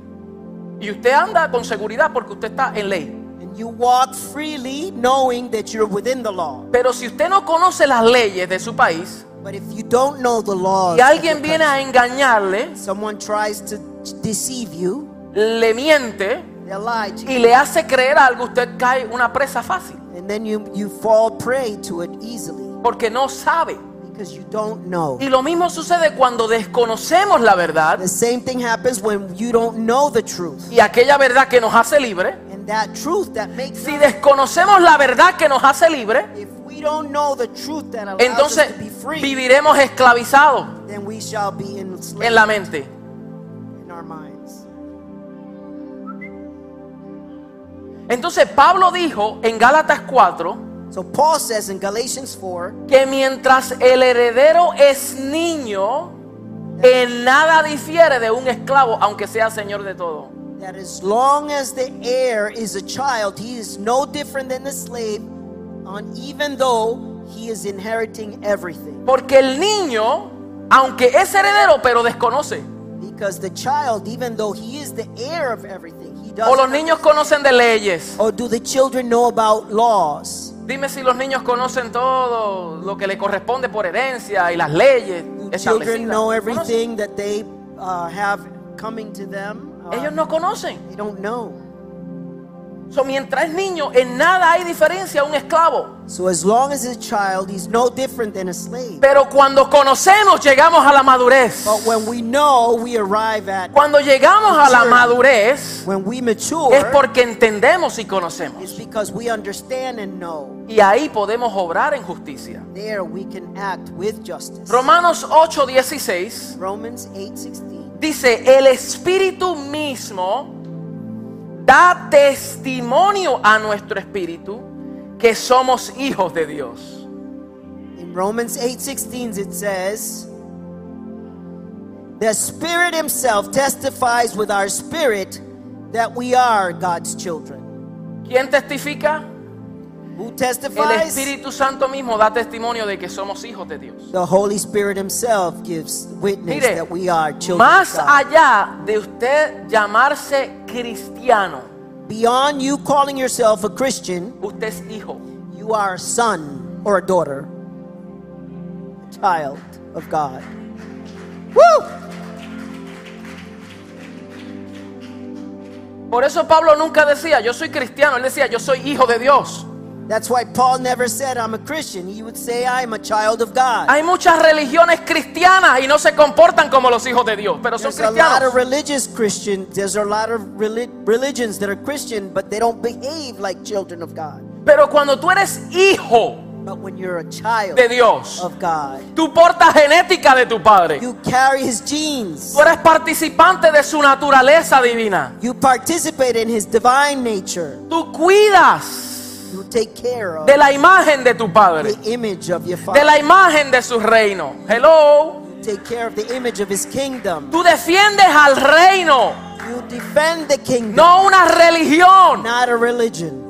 Y usted anda con seguridad porque usted está en ley.
And you walk freely knowing that you're within the law.
Pero si usted no conoce las leyes de su país
But if you don't know the law,
y alguien viene a engañarle,
someone tries to deceive you,
le miente
they lie to
y
you.
le hace creer algo, usted cae una presa fácil
And then you, you fall prey to it easily
porque no sabe.
because you don't know.
Y lo mismo sucede cuando desconocemos la verdad
The same thing happens when you don't know the truth.
y aquella verdad que nos hace libre.
And that truth that makes
Si
us,
desconocemos la verdad que nos hace libre,
if we don't know the truth that allows us
entonces
to be free,
viviremos esclavizados
then we shall be enslaved
en la mente.
in our minds.
Entonces Pablo dijo en Gálatas 4
So Paul says in Galatians 4,
que mientras el heredero es niño, en nada difiere de un esclavo, aunque sea señor de todo.
that as long as the heir is a child, he is no different than the slave, on even though he is inheriting everything.
Porque el niño, aunque es heredero, pero desconoce.
Because the child, even though he is the heir of everything, he
O los
doesn't.
niños conocen de leyes.
or do the children know about laws?
Dime si los niños conocen todo lo que le corresponde por herencia y las leyes.
Do children
establecidas.
know
Conocen.
everything that they uh, have coming to them? Uh,
Ellos no conocen.
They don't know.
So, mientras es niño, en nada hay diferencia a un esclavo.
So as long as a child, he's no different than a slave.
Pero cuando conocemos, llegamos a la madurez.
But when we know, we arrive at
Cuando llegamos a la madurez,
when we mature.
es porque entendemos y conocemos.
It's because we understand and know.
Y ahí podemos obrar en justicia.
There we can act with justice.
Romanos 8:16
Romans 8:16.
dice, el Espíritu mismo da testimonio a nuestro espíritu que somos hijos de Dios.
In Romans 8:16 it says, "The Spirit himself testifies with our spirit that we are God's children."
¿Quién testifica?
Who
El
testifies?
Espíritu Santo mismo da testimonio de que somos hijos de Dios.
The Holy Spirit himself gives witness
Mire,
that we are children
Más
of God.
allá de usted llamarse cristiano,
Beyond you calling yourself a Christian,
usted es hijo.
you are a son or a daughter, a child of God. Woo!
Por eso Pablo nunca decía, yo soy cristiano, él decía, yo soy hijo de Dios.
That's why Paul never said, I'm a Christian. He would say, I'm a child of God.
Hay muchas religiones cristianas y no se comportan como los hijos de Dios, pero son
There's a lot
cristianos.
of religious Christians. There's a lot of reli- religions that are Christian, but they don't behave like children of God.
Pero cuando tú eres hijo,
But when you're a child
de Dios,
of God,
tú portas genética de tu Padre.
you carry his genes.
Tú eres participante de su naturaleza divina.
You participate in his divine nature.
Tú cuidas
You take care of
de la imagen de tu Padre,
the image of your
de
father.
la imagen de su reino. Hello.
You take care of the image of his kingdom.
Tú defiendes al reino,
You defend the kingdom,
no una religión.
not a religion.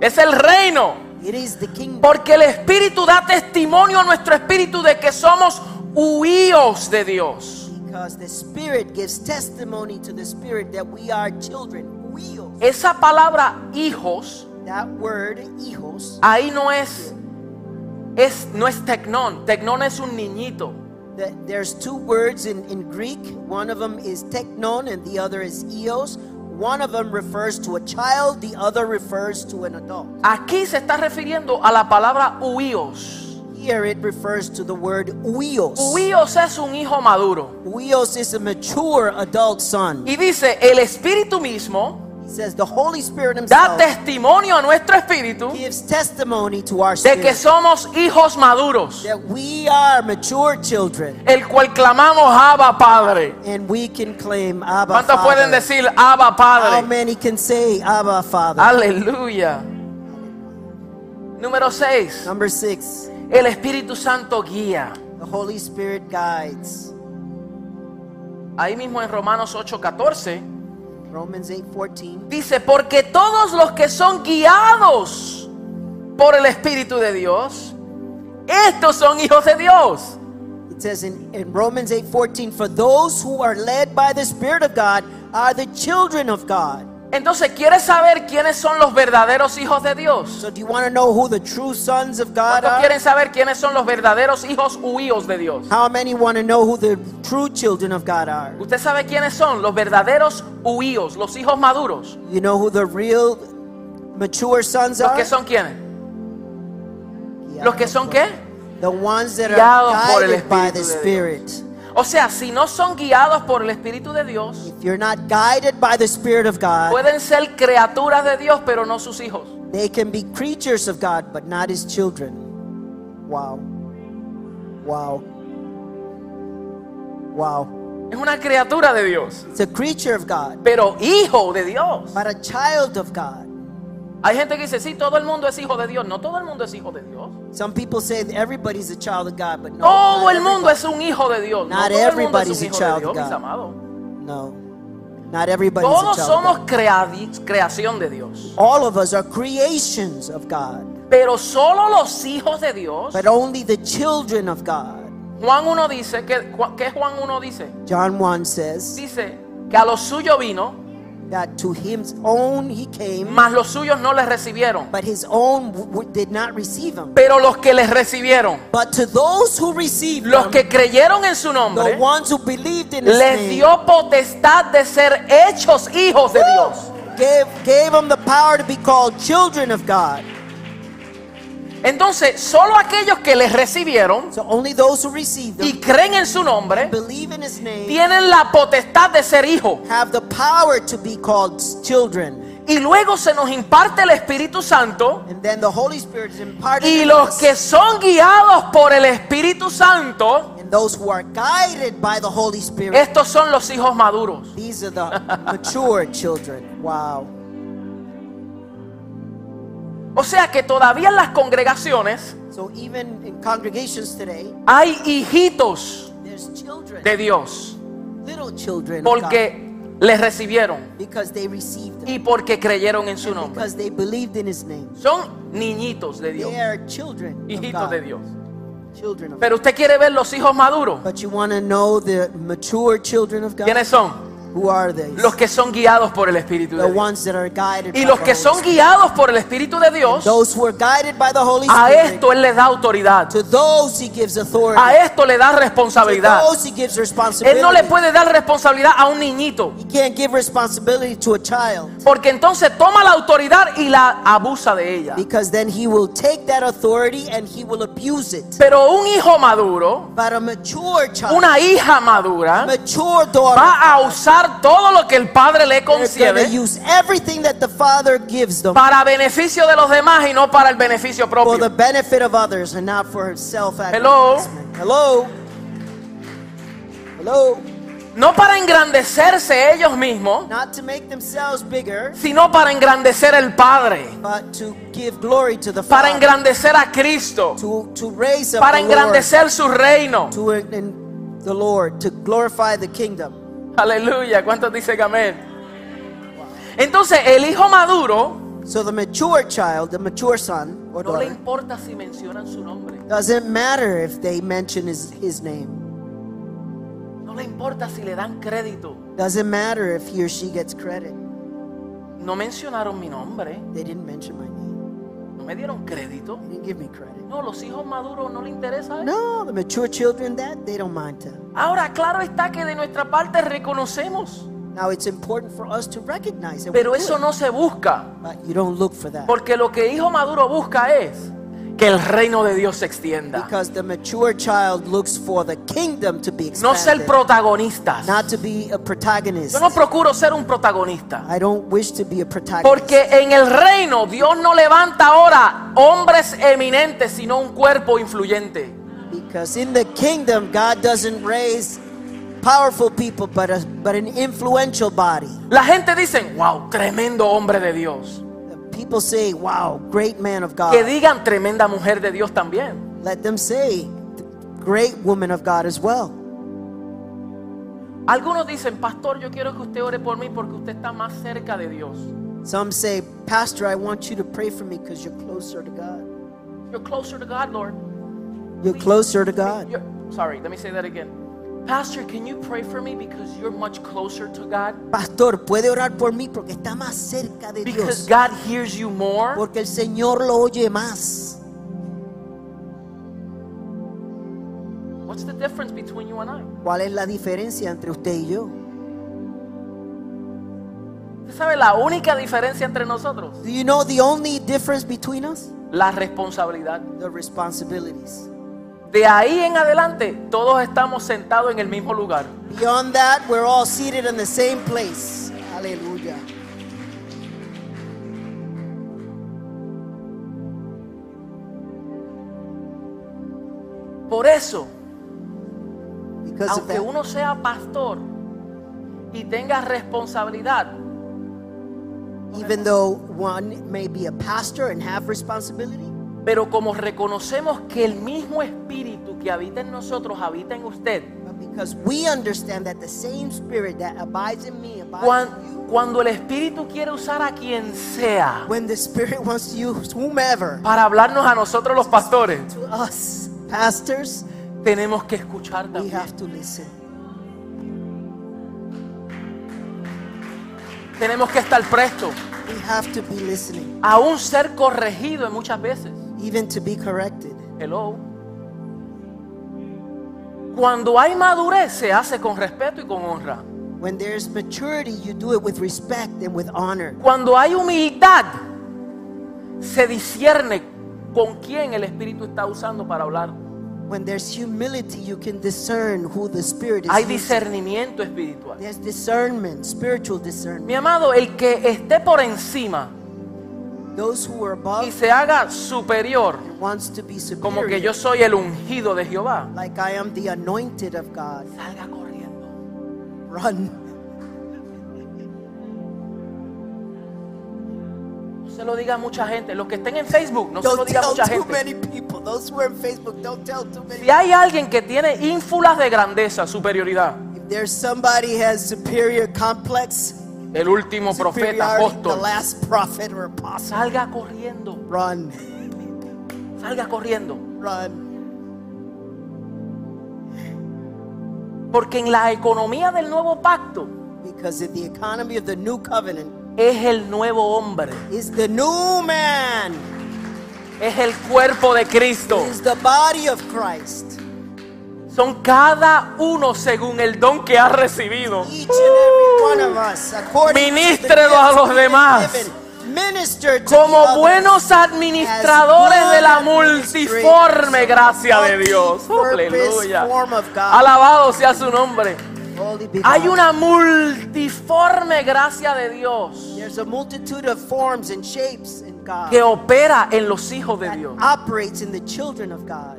Es el reino.
It is the kingdom.
Porque el Espíritu da testimonio a nuestro espíritu de que somos huíos de Dios.
Because the Spirit gives testimony to the Spirit that we are children. Wheels.
Esa palabra hijos
That word, hijos,
ahí no es, es no es tecnón. Tecnón es un niñito.
the- there's two words in, in Greek. One of them is teknon and the other is eos. One of them refers to a child, the other refers to an adult.
Aquí se está refiriendo a la palabra huíos.
Here it refers to the word uios.
Huíos es un hijo maduro.
Uios is a mature adult son.
Y dice, el Espíritu mismo
He says the Holy Spirit
da
himself
testimonio a nuestro espíritu
gives testimony to our
de que
spirit
somos hijos maduros,
that we are mature children
el cual clamamos Abba Padre.
and we can claim Abba
¿Cuántos pueden
Father.
decir Abba
How
Padre? Ah.
many can say Abba Father?
Aleluya. Número 6.
Number six,
El Espíritu Santo guía.
the Holy Spirit guides.
Ahí mismo en Romanos 8:14
Romans 8:14.
dice, porque todos los que son guiados por el Espíritu de Dios, estos son hijos de Dios.
It says in, in Romans 8:14, for those who are led by the Spirit of God are the children of God.
Entonces, ¿quieres saber quiénes son los verdaderos hijos de Dios?
So do you want to know who the true sons of God
¿Cuántos
are?
quieren saber quiénes son los verdaderos hijos huíos de Dios?
How many want to know who the true children of God are?
¿Usted sabe quiénes son los verdaderos huíos, los hijos maduros?
You know who the real mature sons
¿Los
are?
que son quiénes?
Yeah.
¿Los que son qué?
The ones that are
Guiados por el
guided by the
Espíritu de
Spirit.
O sea, si no son guiados por el Espíritu de Dios,
If you're not guided by the Spirit of God,
pueden ser criaturas de Dios, pero no sus hijos.
They can be creatures of God, but not his children. Wow. Wow. Wow.
Es una criatura de Dios,
It's a creature of God,
pero hijo de Dios.
but a child of God.
Hay gente que dice, sí, todo el mundo es hijo de Dios. No todo el mundo es hijo de Dios.
Some people say that everybody's a child of God, but no.
Todo
not
el mundo es un hijo de Dios. No
Not
todo el mundo es
everybody's
un
a
hijo
child
de
of
Dios, mis
God.
amados.
everybody- No. Not everybody's
Todos
a child. of
somos
God.
creadi- creación de Dios.
All of us are creations of God,
Pero solo los hijos de Dios.
but only the children of God.
Juan 1 dice, que, Ju- ¿qué Juan 1 dice?
John 1 says
Dice que a los suyos vino,
that to his own he came,
mas los suyos no les recibieron.
but his own w- w- did not receive him.
Pero los que les recibieron,
But to those who received
los
him,
que creyeron en su
the
nombre,
ones who believed in his
les
name,
dio potestad de ser hechos hijos de Dios.
gave, gave him the power to be called children of God.
Entonces, solo aquellos que les recibieron
So only those who received him,
y creen en su nombre,
believe in his name,
tienen la potestad de ser hijos.
have the power to be called children.
Y luego se nos imparte el Espíritu Santo.
And then the Holy Spirit is imparted
Y
to
los
us.
que son guiados por el Espíritu Santo,
and those who are guided by the Holy Spirit,
estos son los hijos maduros.
these are the mature children. Wow.
O sea que todavía en las congregaciones
So even in congregations today,
hay hijitos
there's children,
de Dios.
little children, of God,
porque les recibieron
because they received him,
y porque creyeron en su nombre.
because they believed in his name.
Son niñitos de Dios,
They are children of
hijitos
God.
de Dios.
Children of
Pero usted quiere ver los hijos maduros.
But you want to know the mature children of God?
¿Quiénes son?
Who are they?
Los que son guiados por el Espíritu
the
de Dios.
ones that are guided
Y
by
los
the
que
Holy
son
Spirit.
guiados por el Espíritu de Dios,
Those who are guided by the Holy
a
Spirit.
esto Él les da autoridad.
to those he gives authority.
A esto le da
to
responsabilidad.
those he gives responsibility.
Él no le puede dar responsabilidad a un niñito.
he can't give responsibility to a child
Porque entonces toma la autoridad y la abusa de ella.
because then he will take that authority and he will abuse it.
Pero un hijo maduro,
But a mature child,
una hija madura,
mature daughter,
va a usar usar todo lo que el Padre le
They're going to
conciede
use everything that the Father gives them
para beneficio de los demás y no para el beneficio
for the
propio.
benefit of others and not for self
Hello?
Hello. Hello.
No para engrandecerse ellos mismos,
Not to make themselves bigger,
sino para engrandecer el Padre,
but to give glory to the
para
Father.
engrandecer a Cristo,
To, to raise up
para
the Lord.
engrandecer su reino.
To en- the Lord. To glorify the kingdom.
Aleluya, ¿cuántos dicen amén? Entonces, el hijo maduro
So the mature child, the mature son or
no le
daughter,
importa si mencionan su nombre,
doesn't matter if they mention his, his name.
no le importa si le dan crédito.
Doesn't matter if he or she gets credit.
No mencionaron mi nombre,
They didn't mention my name.
no me dieron crédito.
They didn't give me credit.
No, los hijos maduros no le interesa eso.
No, the mature children that they don't mind to.
Ahora, claro está que de nuestra parte reconocemos,
Now it's important for us to recognize it. We
pero
do
eso
it,
no se busca,
but you don't look for that.
porque lo que hijo maduro busca es que el reino de Dios se extienda,
Because the mature child looks for the kingdom to be
no ser
expanded,
protagonistas.
not to be a protagonist.
Yo no procuro ser un protagonista.
I don't wish to be a protagonist.
Porque en el reino Dios no levanta ahora hombres eminentes, sino un cuerpo influyente.
Because in the kingdom, God doesn't raise powerful people, but a, but an influential body.
La gente dice, wow, tremendo hombre de Dios.
People say, "Wow, great man of
Que
God."
digan tremenda mujer de Dios también.
Let them say, "Great woman of God" as well.
Algunos dicen, pastor, yo quiero que usted ore por mí porque usted está más cerca de Dios.
Some say, "Pastor, I want you to pray for me because you're closer to God.
You're closer to God, Lord.
You're closer to God."
You're- sorry, let me say that again. Pastor, can you pray for me because you're much closer to God?
Pastor, puede orar por mí porque está más cerca de
Because
Dios.
God hears you more.
Porque el Señor lo oye más.
What's the difference between you and I?
¿Cuál es la diferencia entre usted y yo?
¿Usted sabe la única diferencia entre nosotros?
Do you know the only difference between us?
la responsabilidad.
The responsibilities.
De ahí en adelante, todos estamos sentados en el mismo lugar.
Beyond that, we're all seated in the same place. Hallelujah.
Por eso,
Because of
aunque
that,
uno sea pastor y tenga responsabilidad,
even though one may be a pastor and have responsibility,
pero como reconocemos que el mismo espíritu que habita en nosotros habita en usted,
but because we understand that the same spirit that abides in me abides in
cuan-
you,
cuando el espíritu quiere usar a quien sea
when the spirit wants to use whomever
para hablarnos a nosotros los pastores,
to us, pastors,
tenemos que escuchar
we
también.
have to listen.
Tenemos que estar prestos,
We have to be listening,
aún ser corregido en muchas veces.
even to be corrected.
Hello. Cuando hay madurez se hace con respeto y con honra.
When there's maturity, you do it with respect and with honor.
Cuando hay humildad se discierne con quién el Espíritu está usando para hablar.
When there's humility, you can discern who the spirit is.
Hay
using.
discernimiento espiritual.
There's discernment, spiritual discernment.
Mi amado, el que esté por encima
Those who are
y
above
se haga superior,
and wants to be
como
superior,
que yo soy el ungido de Jehová,
like I am the anointed of God.
salga corriendo.
Run.
No se lo diga a mucha gente. Los que estén en Facebook, no se lo
Don't
diga a
tell
mucha
too
gente.
many people. Those who are on Facebook, don't tell too many.
Si hay alguien que tiene ínfulas de grandeza, superioridad,
If there's somebody has superior complex,
el último profeta,
superiority, the
apóstol,
last prophet or apostle,
salga corriendo,
run,
salga corriendo.
run.
Porque en la economía del nuevo pacto
Because in the economy of the new covenant
es el nuevo hombre,
is the new man,
es el cuerpo de Cristo.
is the body of Christ.
Son cada uno según el don que ha recibido.
Each and every one of us, according to the
Ministrelo a
gifts
los
we have
demás.
given. Minister to the
Como
others.
buenos administradores de la
As good administrators
multiforme gracia de
of the
Dios.
multi-purpose
Aleluya.
form of God.
Alabado sea su nombre.
Holy be
Hay
God.
una multiforme gracia de Dios
There's a multitude of forms and shapes in God
que opera en los hijos de
that
Dios.
operates in the children of God.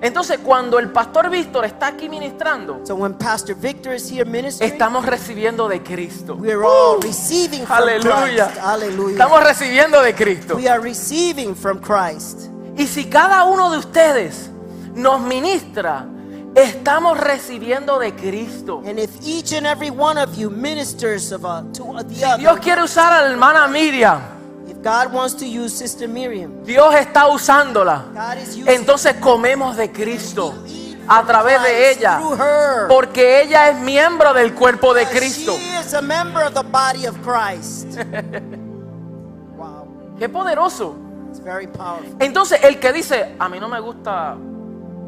Entonces, cuando el pastor Víctor está aquí ministrando,
So when Pastor Victor is here ministering,
estamos recibiendo de Cristo.
we are all receiving from
Aleluya.
Christ. Hallelujah.
Estamos recibiendo de Cristo.
We are receiving from Christ.
Y si cada uno de ustedes nos ministra, estamos recibiendo de Cristo.
And if each and every one of you ministers of a, to a- the
Dios
other,
quiere usar a la hermana Miriam.
if God wants to use Sister Miriam,
Dios está usándola.
God is using
Entonces comemos de Cristo a través de
Christ
ella.
through her.
Porque ella es miembro del cuerpo de
because
Cristo.
She is a member of the body of Christ. wow,
Qué poderoso.
it's very powerful.
Entonces, el que dice, a mí no me gusta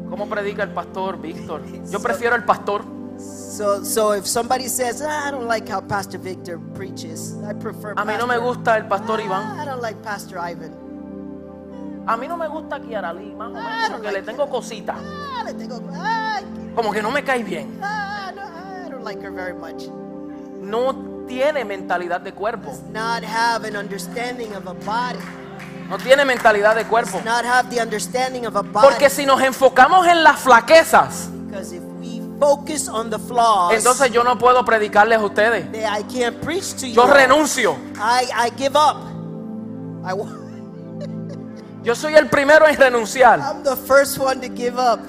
cómo predica el pastor Víctor. Yo prefiero el pastor.
So, so if somebody says, "Ah, I don't like how Pastor Victor preaches, I prefer.
A mí no
Pastor-
me gusta el pastor Iván.
"Ah, I don't like Pastor Ivan.
A mí no me gusta Kiaralí, más o menos, porque le tengo cositas.
Ah, le tengo- ah,
Como que no me cae bien.
ah, no, I don't like her very much.
No tiene mentalidad de cuerpo.
Does not have an understanding of a body.
No tiene mentalidad de cuerpo.
Does not have the understanding of a body.
Porque si nos enfocamos en las flaquezas,
Because if we focus on the flaws,
entonces yo no puedo predicarles a ustedes.
then I can't preach to you.
Yo renuncio.
I, I give up. I, wa-
Yo soy el primero en renunciar.
I'm the first one to give up.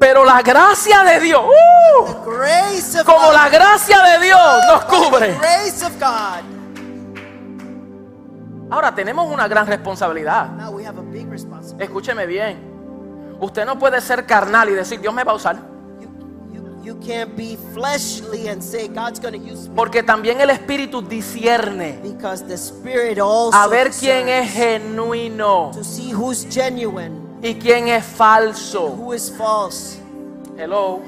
Pero la gracia de Dios, ¡uh!
The grace of
como la
God.
gracia de Dios nos
The
cubre.
grace of God.
Ahora tenemos una gran responsabilidad.
Now we have a big responsibility.
Escúcheme bien. Usted no puede ser carnal y decir, Dios me va a usar.
You, you, you can't be fleshly and say God's going to use me
Porque también el Espíritu discierne
because the Spirit also
a ver quién es
discerns
genuino
to see who's genuine,
y quién es falso.
who is false.
Hello.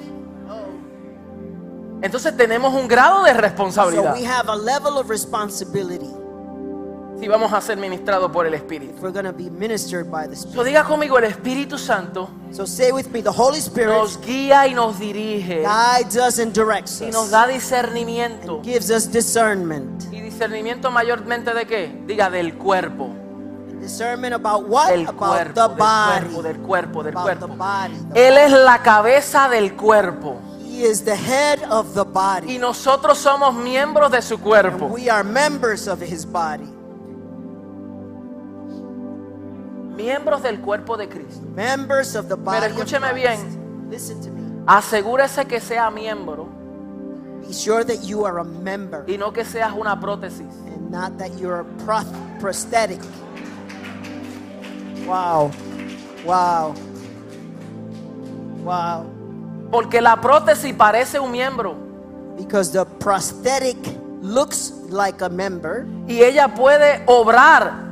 Entonces tenemos un grado de
So
responsabilidad
we have a level of responsibility
si vamos a ser ministrados por el Espíritu.
if we're going to be ministered by the Spirit.
So, diga conmigo, el Espíritu Santo
So say with me, the Holy Spirit
nos guía y nos dirige
guides us and directs
y nos
us,
da discernimiento.
gives us discernment.
¿Y discernimiento mayormente de qué? Diga, del cuerpo.
Discernment about what?
Del
about
cuerpo,
the
del
body.
cuerpo, del cuerpo, del
about the
cuerpo.
body. The-
Él es la cabeza del cuerpo.
he is the head of the body.
Y nosotros somos miembros de su cuerpo.
We are members of his body.
Miembros del cuerpo de Cristo.
Members of the body. of
escúcheme
Christ.
bien.
Listen to me.
Asegúrese que sea miembro
Be sure that you are a member
y no que seas una prótesis.
and not that you're a proth- prosthetic. Wow. Wow. Wow.
Porque la prótesis parece un miembro
Because the prosthetic looks like a member,
y ella puede obrar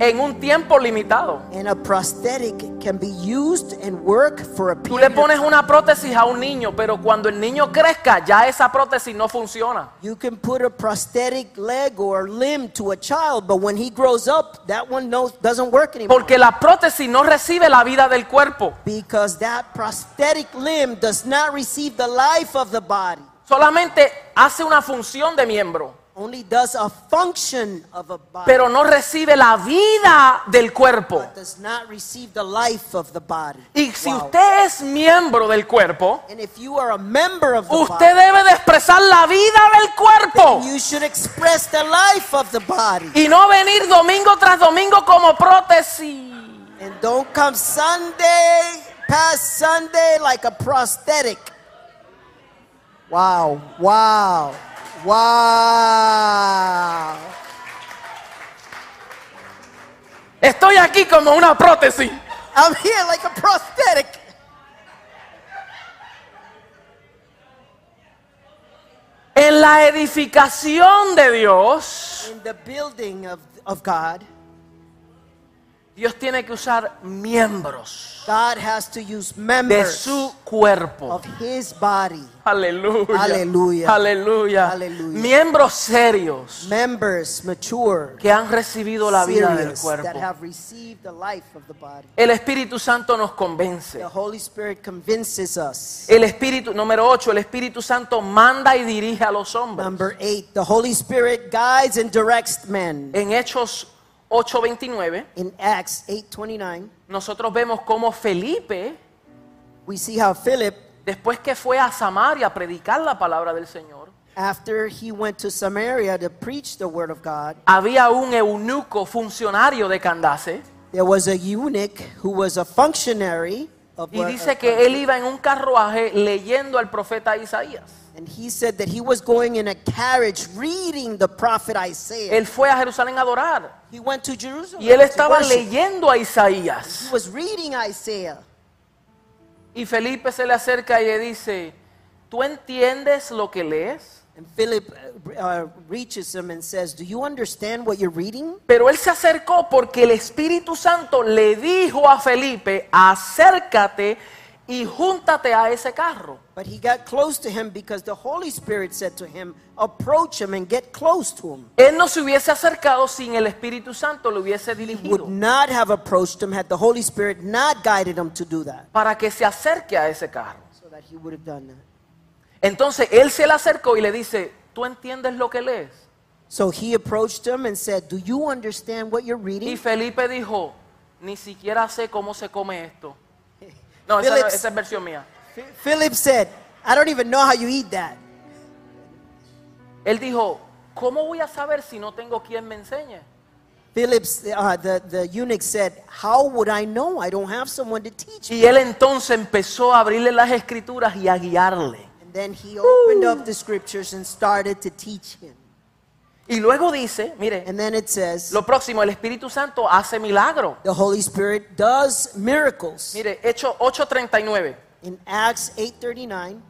en un tiempo limitado.
and a prosthetic can be used and work for a
Tú le
period.
pones una prótesis a un niño, pero cuando el niño crezca ya esa prótesis no funciona.
You can put a prosthetic leg or limb to a child, but when he grows up, that one no, doesn't work anymore.
Porque la prótesis no recibe la vida del cuerpo.
Because that prosthetic limb does not receive the life of the body,
Solamente hace una función de miembro,
only does a function of a body,
pero no recibe la vida del cuerpo.
but does not receive the life of the body.
Y si
Wow.
usted es miembro del cuerpo,
and if you are a member of the
usted
body,
debe de expresar la vida del cuerpo
you should express the life of the body.
y no venir domingo tras domingo como prótesis.
And don't come Sunday, past Sunday, like a prosthetic. Wow, wow, wow.
Estoy aquí como una prótesis.
I'm here like a prosthetic.
En la edificación de Dios,
In the building of, of God,
Dios tiene que usar miembros
God has to use
de
members
su cuerpo.
of his body,
Aleluya.
Aleluya.
Aleluya.
Aleluya.
Miembros serios
members mature,
que han recibido la vida del
serious,
cuerpo.
that have received the life of the body.
El Espíritu Santo nos convence.
The Holy Spirit convinces us.
El Espíritu, número 8, el Espíritu Santo manda y dirige a los hombres.
Number eight, the Holy Spirit guides and directs men.
En Hechos 8:29,
In Acts 8:29,
nosotros vemos cómo Felipe,
we see how Philip,
después que fue a Samaria a predicar la palabra del Señor,
after he went to Samaria to preach the word of God,
había un eunuco funcionario de Candace
there was a eunuch who was a functionary of
y
what-
dice que él iba en un carruaje leyendo al profeta Isaías.
and he said that he was going in a carriage reading the prophet Isaiah.
Él fue a Jerusalén a adorar
he went to Jerusalem.
y él
to
estaba
worship.
leyendo a
He
Isaías.
was reading Isaiah.
Y Felipe se le acerca y le dice, ¿tú entiendes lo que lees?
And Philip uh, uh, reaches him and says, "Do you understand what you're reading?"
Pero él se acercó porque el Espíritu Santo le dijo a Felipe, acércate y júntate a ese carro.
But he got close to him because the Holy Spirit said to him, "Approach him and get close to him."
Él no se hubiese acercado sin el Espíritu Santo le hubiese
would
dirigido
not have approached him had the Holy Spirit not guided him to do that.
para que se acerque a ese carro.
So that he would have done that.
Entonces él se le acercó y le dice, ¿tú entiendes lo que lees?
So he approached him and said, Do you understand what you're
Y
reading?
Felipe dijo, ni siquiera sé cómo se come esto. No, esa, no-
Phillips-
esa es versión mía.
Philip said, I don't even know how you eat that.
Él dijo, ¿cómo voy a saber si no tengo quien me enseñe?
Philip's, uh, the, the eunuch said, How would I know? I don't have someone to teach me.
Y él entonces empezó a abrirle las escrituras y a guiarle.
And then he opened up the scriptures and started to teach him.
Y luego dice, mire,
And then it says,
lo próximo, el Espíritu Santo hace milagro.
The Holy Spirit does miracles.
Mire, Hechos 8:39.
In Acts 8:39,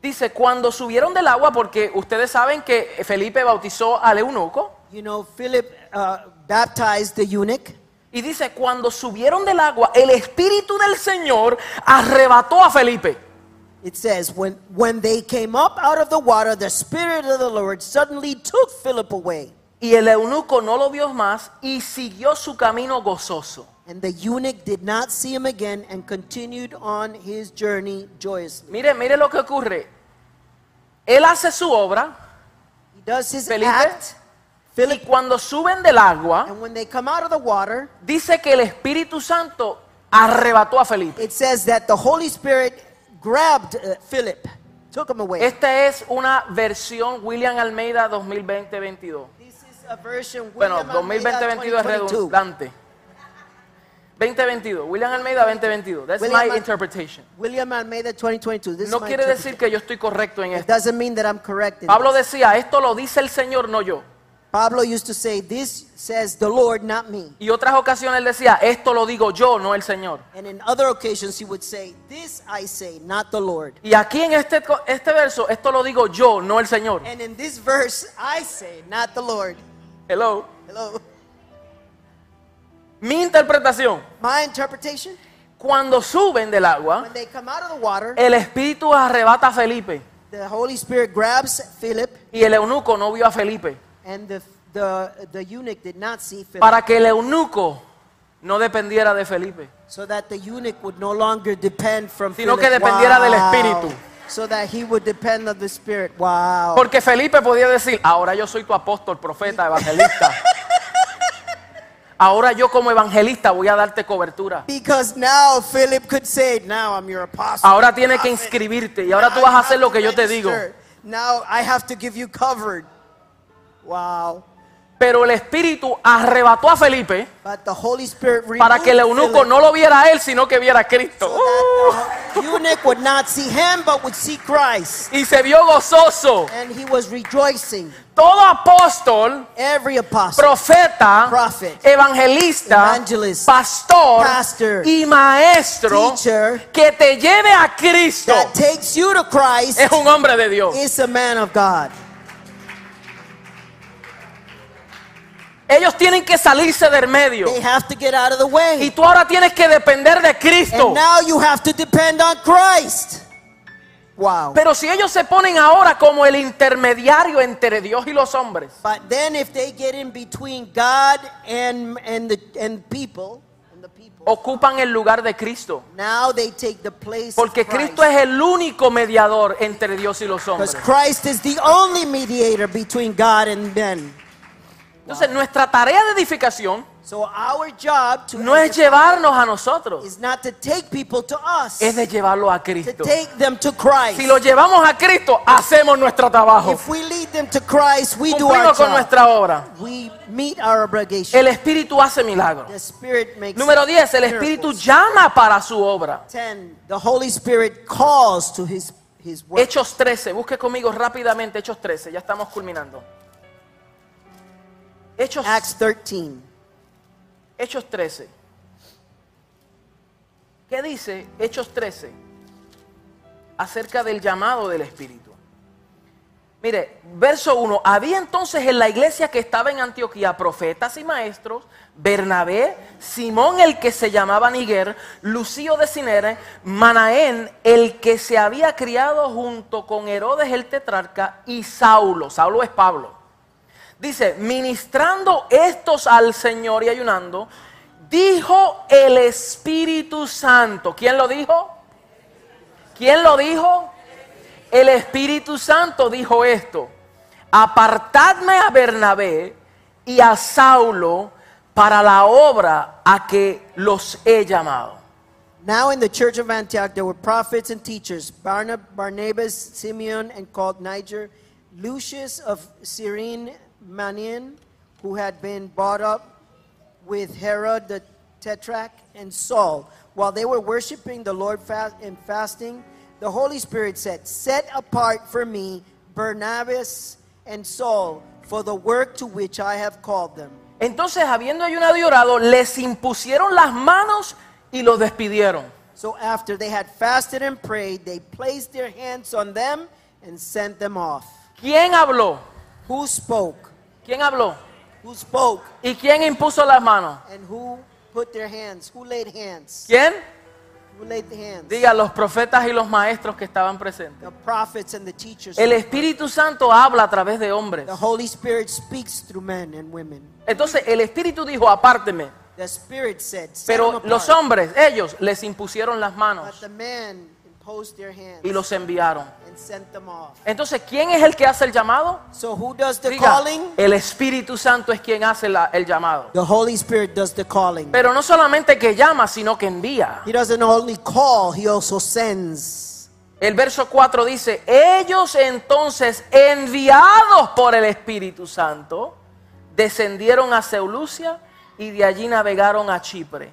Dice, cuando subieron del agua, porque ustedes saben que Felipe bautizó al eunuco,
you know, Philip uh, baptized the eunuch.
y dice, cuando subieron del agua, el Espíritu del Señor arrebató a Felipe.
It says, when, when they came up out of the water, the Spirit of the Lord suddenly took Philip away,
Y el eunuco no lo vio más y siguió su camino gozoso.
and the eunuch did not see him again and continued on his journey joyously.
Mire, mire lo que ocurre. Él hace su obra,
He does his
Felipe?
act,
y cuando suben del agua,
and when they come out of the water,
dice que el Espíritu Santo arrebató a Felipe.
it says that the Holy Spirit grabbed uh, Philip, took him away.
Esta es una versión William Almeida 2020-22.
this is a version
Bueno,
William Almeida
2020-22 es
2022.
redundante. 2022, William Almeida 2022. That's
William
my
Al-
interpretation.
William Almeida 2022. This is
No
my
quiere
interpretation.
decir que yo estoy correcto en
It
esto.
doesn't mean that I'm correct. in
Pablo
this.
decía, esto lo dice el Señor, no yo.
Pablo used to say, This says the Lord, not me.
Y otras ocasiones él decía, esto lo digo yo, no el Señor.
And in other occasions, he would say, This I say, not the Lord.
Y aquí en este, co- este verso, esto lo digo yo, no el Señor.
And in this verse, I say, not the Lord.
Hello.
Hello.
Mi interpretación,
My interpretation
cuando suben del agua,
when they come out of the water,
el Espíritu arrebata a Felipe.
the Holy Spirit grabs Philip,
Y el eunuco no vio a Felipe.
and the, the, the eunuch did not see Philip,
Para que el eunuco no dependiera de Felipe.
so that the eunuch would no longer depend from
Sino
Philip.
que dependiera del
Wow.
Espíritu.
So that he would depend on the Spirit. Wow.
Porque Felipe podía decir, ahora yo soy tu apóstol, profeta, evangelista. Ahora yo como evangelista voy a darte cobertura.
Because now Philip could say, Now I'm your apostle.
Ahora tienes que
prophet.
inscribirte y ahora tú
I
vas a
have
hacer lo
to
que yo te digo.
register. Now I have to give you covered. Wow.
Pero el Espíritu arrebató a Felipe
But the Holy Spirit
para que el
removed
eunuco Uh.
Philip
no lo viera a él, sino que viera a Cristo.
so that the eunuch would not see him but would see Christ.
Y se vio gozoso.
And he was rejoicing.
Todo apóstol,
Every apostle,
profeta,
Prophet.
evangelista,
Evangelist.
pastor
Pastor.
y maestro
Teacher.
que te lleve a Cristo
that takes you to Christ
es un hombre de Dios.
is a man of God.
Ellos tienen que salirse del medio.
They have to get out of the
Y
way.
tú ahora tienes que depender de
And
Cristo.
now you have to depend on Christ. Wow.
Pero si ellos se ponen ahora como el intermediario entre Dios y los hombres,
But then if they get in between God and and the and people and the people,
ocupan el lugar de Cristo.
now they take the place
Porque
of Christ.
Cristo es el único mediador entre Dios y los hombres.
because Christ is the only mediator between God and men.
Entonces nuestra tarea de edificación
So our job to
no es llevarnos a nosotros,
is not to take people to us,
es de llevarlo a
to
Cristo.
take them to Christ.
Si lo llevamos a Cristo, hacemos nuestro trabajo.
if we lead them to Christ, we do our
Cumplimos con
job.
nuestra obra.
we meet our obligation.
El Espíritu hace milagros.
the Spirit makes
Número 10, el Espíritu
miracles.
llama para su obra.
10. The Holy Spirit calls to his his work.
Hechos 13, busque conmigo rápidamente Hechos 13, ya estamos culminando. Hechos,
Acts 13.
Hechos 13. ¿Qué dice Hechos 13 acerca del llamado del Espíritu? Mire, verso 1, había entonces en la iglesia que estaba en Antioquía profetas y maestros, Bernabé, Simón el que se llamaba Niguer, Lucio de Cinere, Manaén el que se había criado junto con Herodes el tetrarca y Saulo, Saulo es Pablo. Dice, ministrando estos al Señor y ayunando, dijo el Espíritu Santo. ¿Quién lo dijo? ¿Quién lo dijo? El Espíritu Santo dijo esto. Apartadme a Bernabé y a Saulo para la obra a que los he llamado.
Now in the church of Antioch there were prophets and teachers, Barna- Barnabas, Simeon, and called Niger, Lucius of Cyrene, Manin, who had been brought up with Herod the Tetrarch, and Saul. While they were worshiping the Lord fast and fasting, the Holy Spirit said, Set apart for me Barnabas and Saul for the work to which I have called them.
Entonces, habiendo ayunado y orado, les impusieron las manos y los despidieron.
So after they had fasted and prayed, they placed their hands on them and sent them off.
¿Quién habló?
Who spoke?
¿Quién habló?
Who spoke?
¿Y quién impuso las manos?
And who put their hands? Who laid hands?
¿Quién?
Who laid the hands?
Diga los profetas y los maestros que estaban presentes.
The prophets and the teachers.
El Espíritu Santo habla a través de hombres.
The Holy Spirit speaks through men and women.
Entonces el Espíritu dijo, apárteme.
The Spirit said, "Set
Pero
them
los
apart."
hombres, ellos les impusieron las
But
manos
the men imposed their hands
y los enviaron.
and sent them off.
Entonces, ¿quién es el que hace el llamado?
So who does the
Diga,
calling?
el Espíritu Santo es quien hace la- el llamado.
The Holy Spirit does the calling.
Pero no solamente que llama, sino que envía.
He doesn't only call, he also sends.
El verso 4 dice, ellos entonces, enviados por el Espíritu Santo, descendieron a Seulucia y de allí navegaron a Chipre.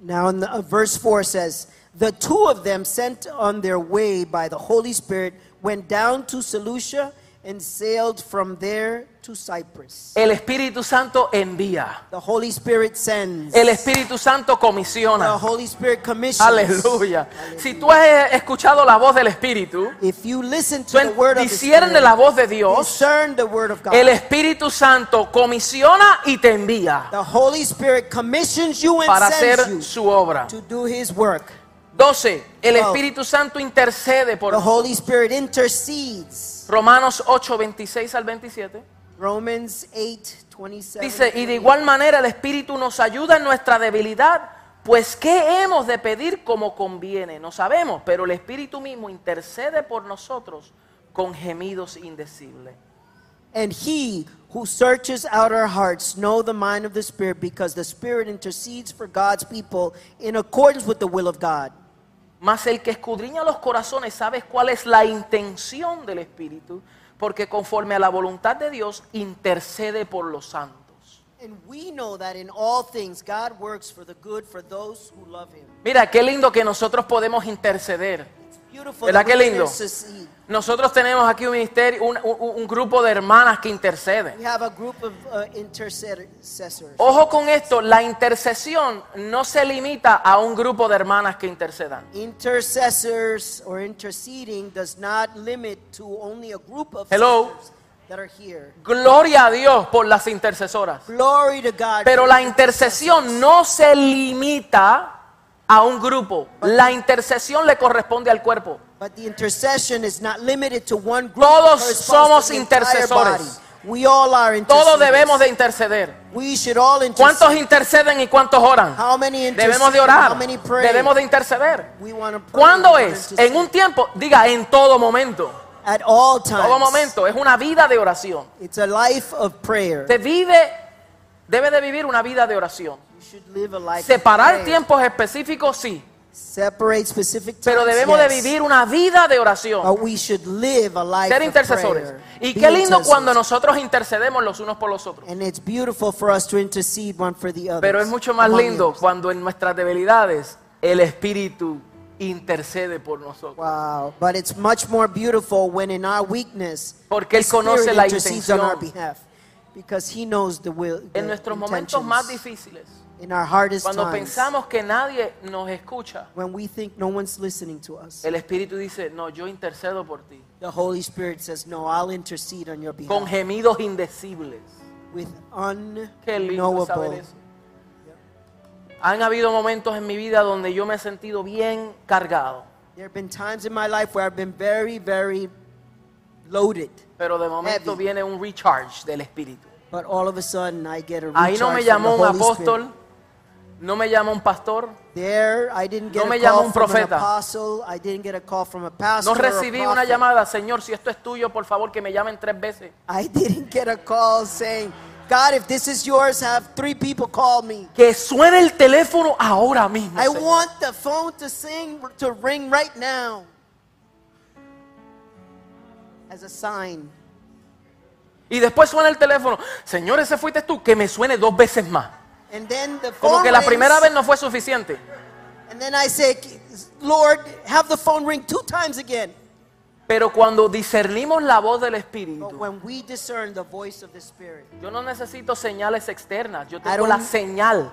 Now, in the, uh, verse 4 says, The two of them sent on their way by the Holy Spirit went down to Seleucia and sailed from there to Cyprus.
El Espíritu Santo envía.
The Holy Spirit sends.
El Espíritu Santo
The
comisiona.
Holy Spirit commissions.
Aleluya. Si tú has eh, escuchado la voz del Espíritu,
If you listen to
tú
the word of the
discierne
Spirit,
la voz de Dios,
discern the word of God.
el Espíritu Santo comisiona y te envía
the Holy Spirit commissions you and
para
sends
hacer
you
su obra.
to do His work.
12. El
Wow.
Espíritu Santo intercede por
The
nosotros.
Holy Spirit intercedes.
Romanos 8, 26 al 27.
Romans 8, 27.
Dice, y de igual manera el Espíritu nos ayuda en nuestra debilidad, pues ¿qué hemos de pedir como conviene? No sabemos, pero el Espíritu mismo intercede por nosotros con gemidos indecibles.
And he who searches out our hearts know the mind of the Spirit because the Spirit intercedes for God's people in accordance with the will of God.
Mas el que escudriña los corazones sabe cuál es la intención del Espíritu, porque conforme a la voluntad de Dios intercede por los santos.
And we know that in all things God works for the good for those who love him.
Mira, qué lindo que nosotros podemos interceder.
It's beautiful
¿Verdad
that we
que
can
lindo?
intercede.
Nosotros tenemos aquí un ministerio, un- un- un grupo de hermanas que interceden.
We have a group of uh, intercessors.
Ojo con esto, la intercesión no se limita a un grupo de hermanas que intercedan.
Intercessors or interceding does not limit to only a group of
Hello.
sisters that are here.
Gloria a Dios por las intercesoras.
Glory to God.
Pero la intercesión no se limita a un grupo. La intercesión le corresponde al cuerpo.
But the intercession is not limited to one group.
Todos
It corresponds to
somos
the entire body.
intercesores.
We all are
Todos
interceders.
debemos de interceder.
We should all
¿Cuántos
intercede.
interceden y cuántos oran?
How many intercede?
Debemos de
How
orar.
many pray?
Debemos de interceder.
We want to pray.
¿Cuándo
We wanna
es?
intercede.
En un tiempo. Diga, en todo momento.
At all times.
Todo momento. Es una vida de oración.
It's a life of prayer.
Se vive, debe de vivir una vida de oración.
You should live a life of
Separar
prayer.
tiempos específicos, sí.
Separate specific times.
Pero debemos de
yes.
vivir una vida de oración.
But we should live a life
Ser
of
intercesores.
prayer.
Y
Be
qué lindo cuando
intercessors.
nosotros intercedemos los unos por los otros.
And it's beautiful for us to intercede one for the other.
Pero es mucho más lindo cuando en nuestras debilidades el Espíritu intercede por nosotros.
Wow, but it's much more beautiful when in our weakness
Porque Él
the
conoce
Spirit
la
intercedes on our
intención.
behalf because he knows the will the
En nuestros momentos
intentions.
más difíciles,
in our hardest
cuando
times
pensamos que nadie nos escucha,
when we think no one's listening to us
el Espíritu dice, no, yo intercedo por ti.
the Holy Spirit says no I'll intercede on your behalf
Con gemidos indecibles.
with
Qué lindo saber
unknowable
eso. Han habido momentos en mi vida donde yo me he sentido bien cargado,
there have been times in my life where I've been very very loaded
pero de momento
Heavy.
viene un recharge del Espíritu.
but all of a sudden I get a
Ahí no me
recharge from
llamó un
the Holy Spirit.
apóstol, no me llamó un pastor,
There, I didn't get
No me
a call
llamó un
from an
profeta.
apostle. I didn't get a call from a pastor.
no
or a
recibí una
prophet.
llamada, Señor, si esto es tuyo, por favor que me llamen tres veces.
I didn't get a call saying, God, if this is yours, have three people call me.
Que suene el teléfono ahora mismo.
I
Señor.
want the phone to sing to ring right now. As a sign.
Y después suena el teléfono, Señor, ese fuiste tú, que me suene dos veces más.
And then the phone
Como que la
rings,
primera vez no fue suficiente.
and then I say, Lord, have the phone ring two times again.
Pero cuando discernimos la voz del
But
Espíritu,
when we discern the voice of the Spirit,
yo no necesito señales externas, yo tengo
don't-
la señal.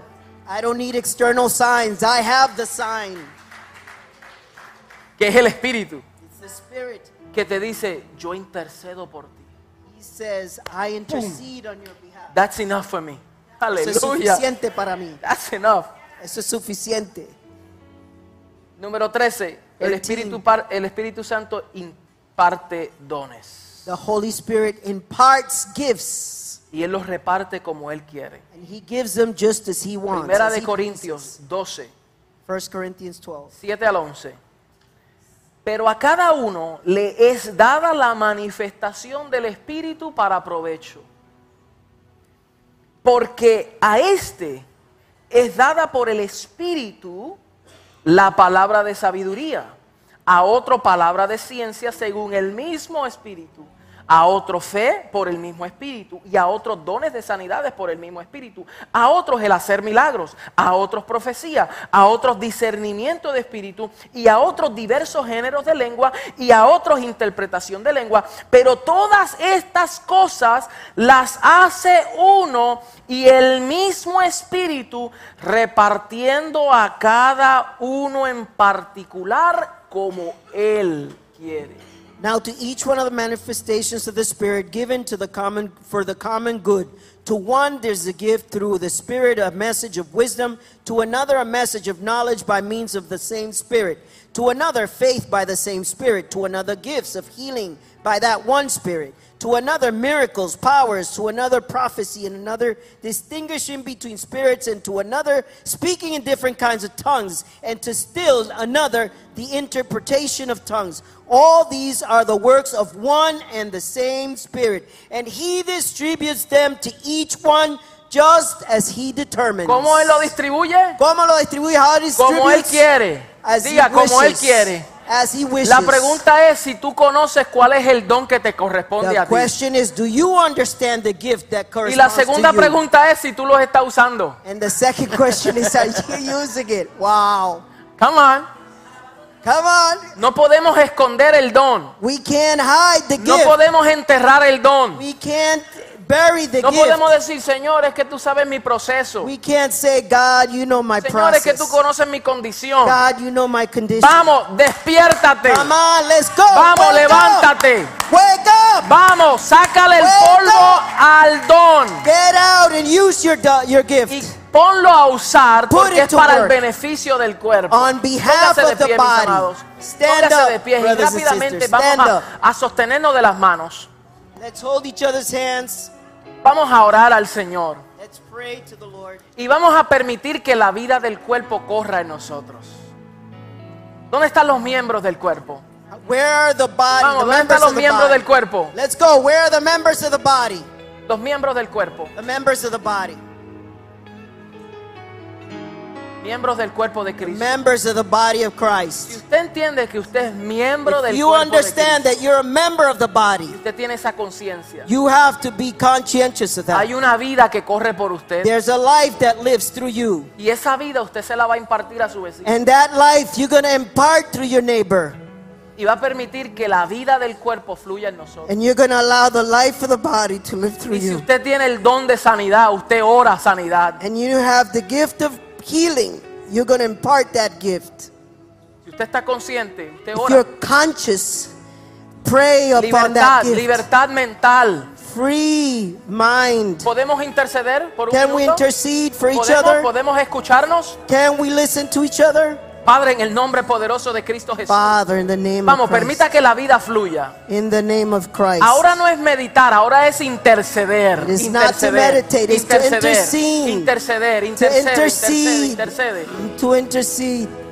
I don't need external signs. I have the sign.
que es el Espíritu,
It's the Spirit.
que te dice, yo intercedo por ti.
He says, I intercede on your behalf.
That's enough for me.
Eso es
Aleluya.
suficiente para mí.
That's enough.
Eso es suficiente.
Número 13. El
13.
Espíritu, par- el Espíritu Santo imparte dones.
The Holy Spirit imparts gifts
Y Él los reparte como Él quiere.
and he gives them just as he wants.
Primera
as
de
he
Corintios 12,
pleases. 1 Corinthians 12.
7 al 11. Pero a cada uno le es dada la manifestación del Espíritu para provecho. Porque a este es dada por el Espíritu la palabra de sabiduría, a otro palabra de ciencia según el mismo Espíritu, a otro fe por el mismo Espíritu y a otros dones de sanidades por el mismo Espíritu, a otros el hacer milagros, a otros profecía, a otros discernimiento de Espíritu y a otros diversos géneros de lengua y a otros interpretación de lengua. Pero todas estas cosas las hace uno y el mismo Espíritu repartiendo a cada uno en particular como Él quiere.
Now to each one of the manifestations of the Spirit given to the common for the common good. To one there's a gift through the Spirit, a message of wisdom, to another a message of knowledge by means of the same Spirit, to another faith by the same Spirit, to another gifts of healing by that one Spirit, to another miracles, powers, to another prophecy, and another distinguishing between spirits, and to another speaking in different kinds of tongues, and to still another the interpretation of tongues. All these are the works of one and the same Spirit, and He distributes them to each one just as He determines.
¿Cómo Él lo distribuye?
¿Cómo lo distribuye? How he
Como Él
distributes?
quiere.
As he
Diga, como Él
wishes.
quiere.
As he wishes.
La pregunta es si tú conoces cuál es el don que te corresponde
The
a ti.
question is, do you understand the gift that
Y
corresponds
la segunda
to you?
pregunta es si tú los estás usando.
And the second question is, are you using it? Wow.
Come on.
Come on.
No podemos esconder el don.
We can't hide the
No
gift.
podemos enterrar el don.
We can't bury the
No
gift.
podemos decir, Señor, es que tú sabes mi proceso.
We can't say, God, you know my
Señor, es
process.
que tú conoces mi condición.
God, you know my condition.
Vamos, despiértate.
Come on, let's go.
Vamos,
Wake up.
levántate.
Wake up. up.
Vamos, sácale el
Wake
polvo
up.
al don
Get out and use your, do- your
y
gift
ponlo a usar
Put
porque
it
es
to
para el
work.
beneficio del cuerpo.
on behalf
Póngase de
of the
pie, mis
body.
amados.
Stand
Póngase de
up,
pie y
brothers and
rápidamente
sisters.
vamos
Stand
a,
up.
a sostenernos de las manos.
Let's hold each other's hands.
Vamos a orar al Señor
Let's pray to the Lord.
y vamos a permitir que la vida del cuerpo corra en nosotros. ¿Dónde están los miembros del cuerpo?
Where are the body?
Vamos,
the
¿dónde
members
están los
of the
miembros del
body?
cuerpo?
Let's go. Where are the members of the body?
Los miembros del cuerpo.
The members of the body.
Miembros del cuerpo de Cristo.
Members of the body of
Si
Christ.
usted entiende que usted es miembro
If
del
you
cuerpo de
understand
Cristo,
that you're a member of the body,
usted tiene esa conciencia.
you have to be conscientious of that.
Hay una vida que corre por usted
There's a life that lives through you,
y esa vida usted se la va a impartir a su vecino
and that life you're going to impart through your neighbor,
y va a permitir que la vida del cuerpo fluya en nosotros.
and you're going to allow the life of the body to live through
Y si
you.
usted tiene el don de sanidad, usted ora sanidad.
And you have the gift of healing, you're going to impart that gift.
Si usted está consciente, usted
If you're
ora.
conscious, pray upon
Libertad,
that gift.
libertad mental.
Free mind.
¿Podemos interceder por un
Can we
minuto?
intercede for each
¿Podemos,
other?
podemos escucharnos?
Can we listen to each other?
Padre, en el nombre poderoso de Cristo Jesús.
Father, in the name of
Vamos,
Christ.
permita que la vida fluya.
In the name of Christ.
Ahora no es meditar, ahora es interceder.
It is
interceder,
not to meditate, it's to
interceder,
intercede.
interceder,
To
intercede, intercede,
intercede.
intercede.
To intercede.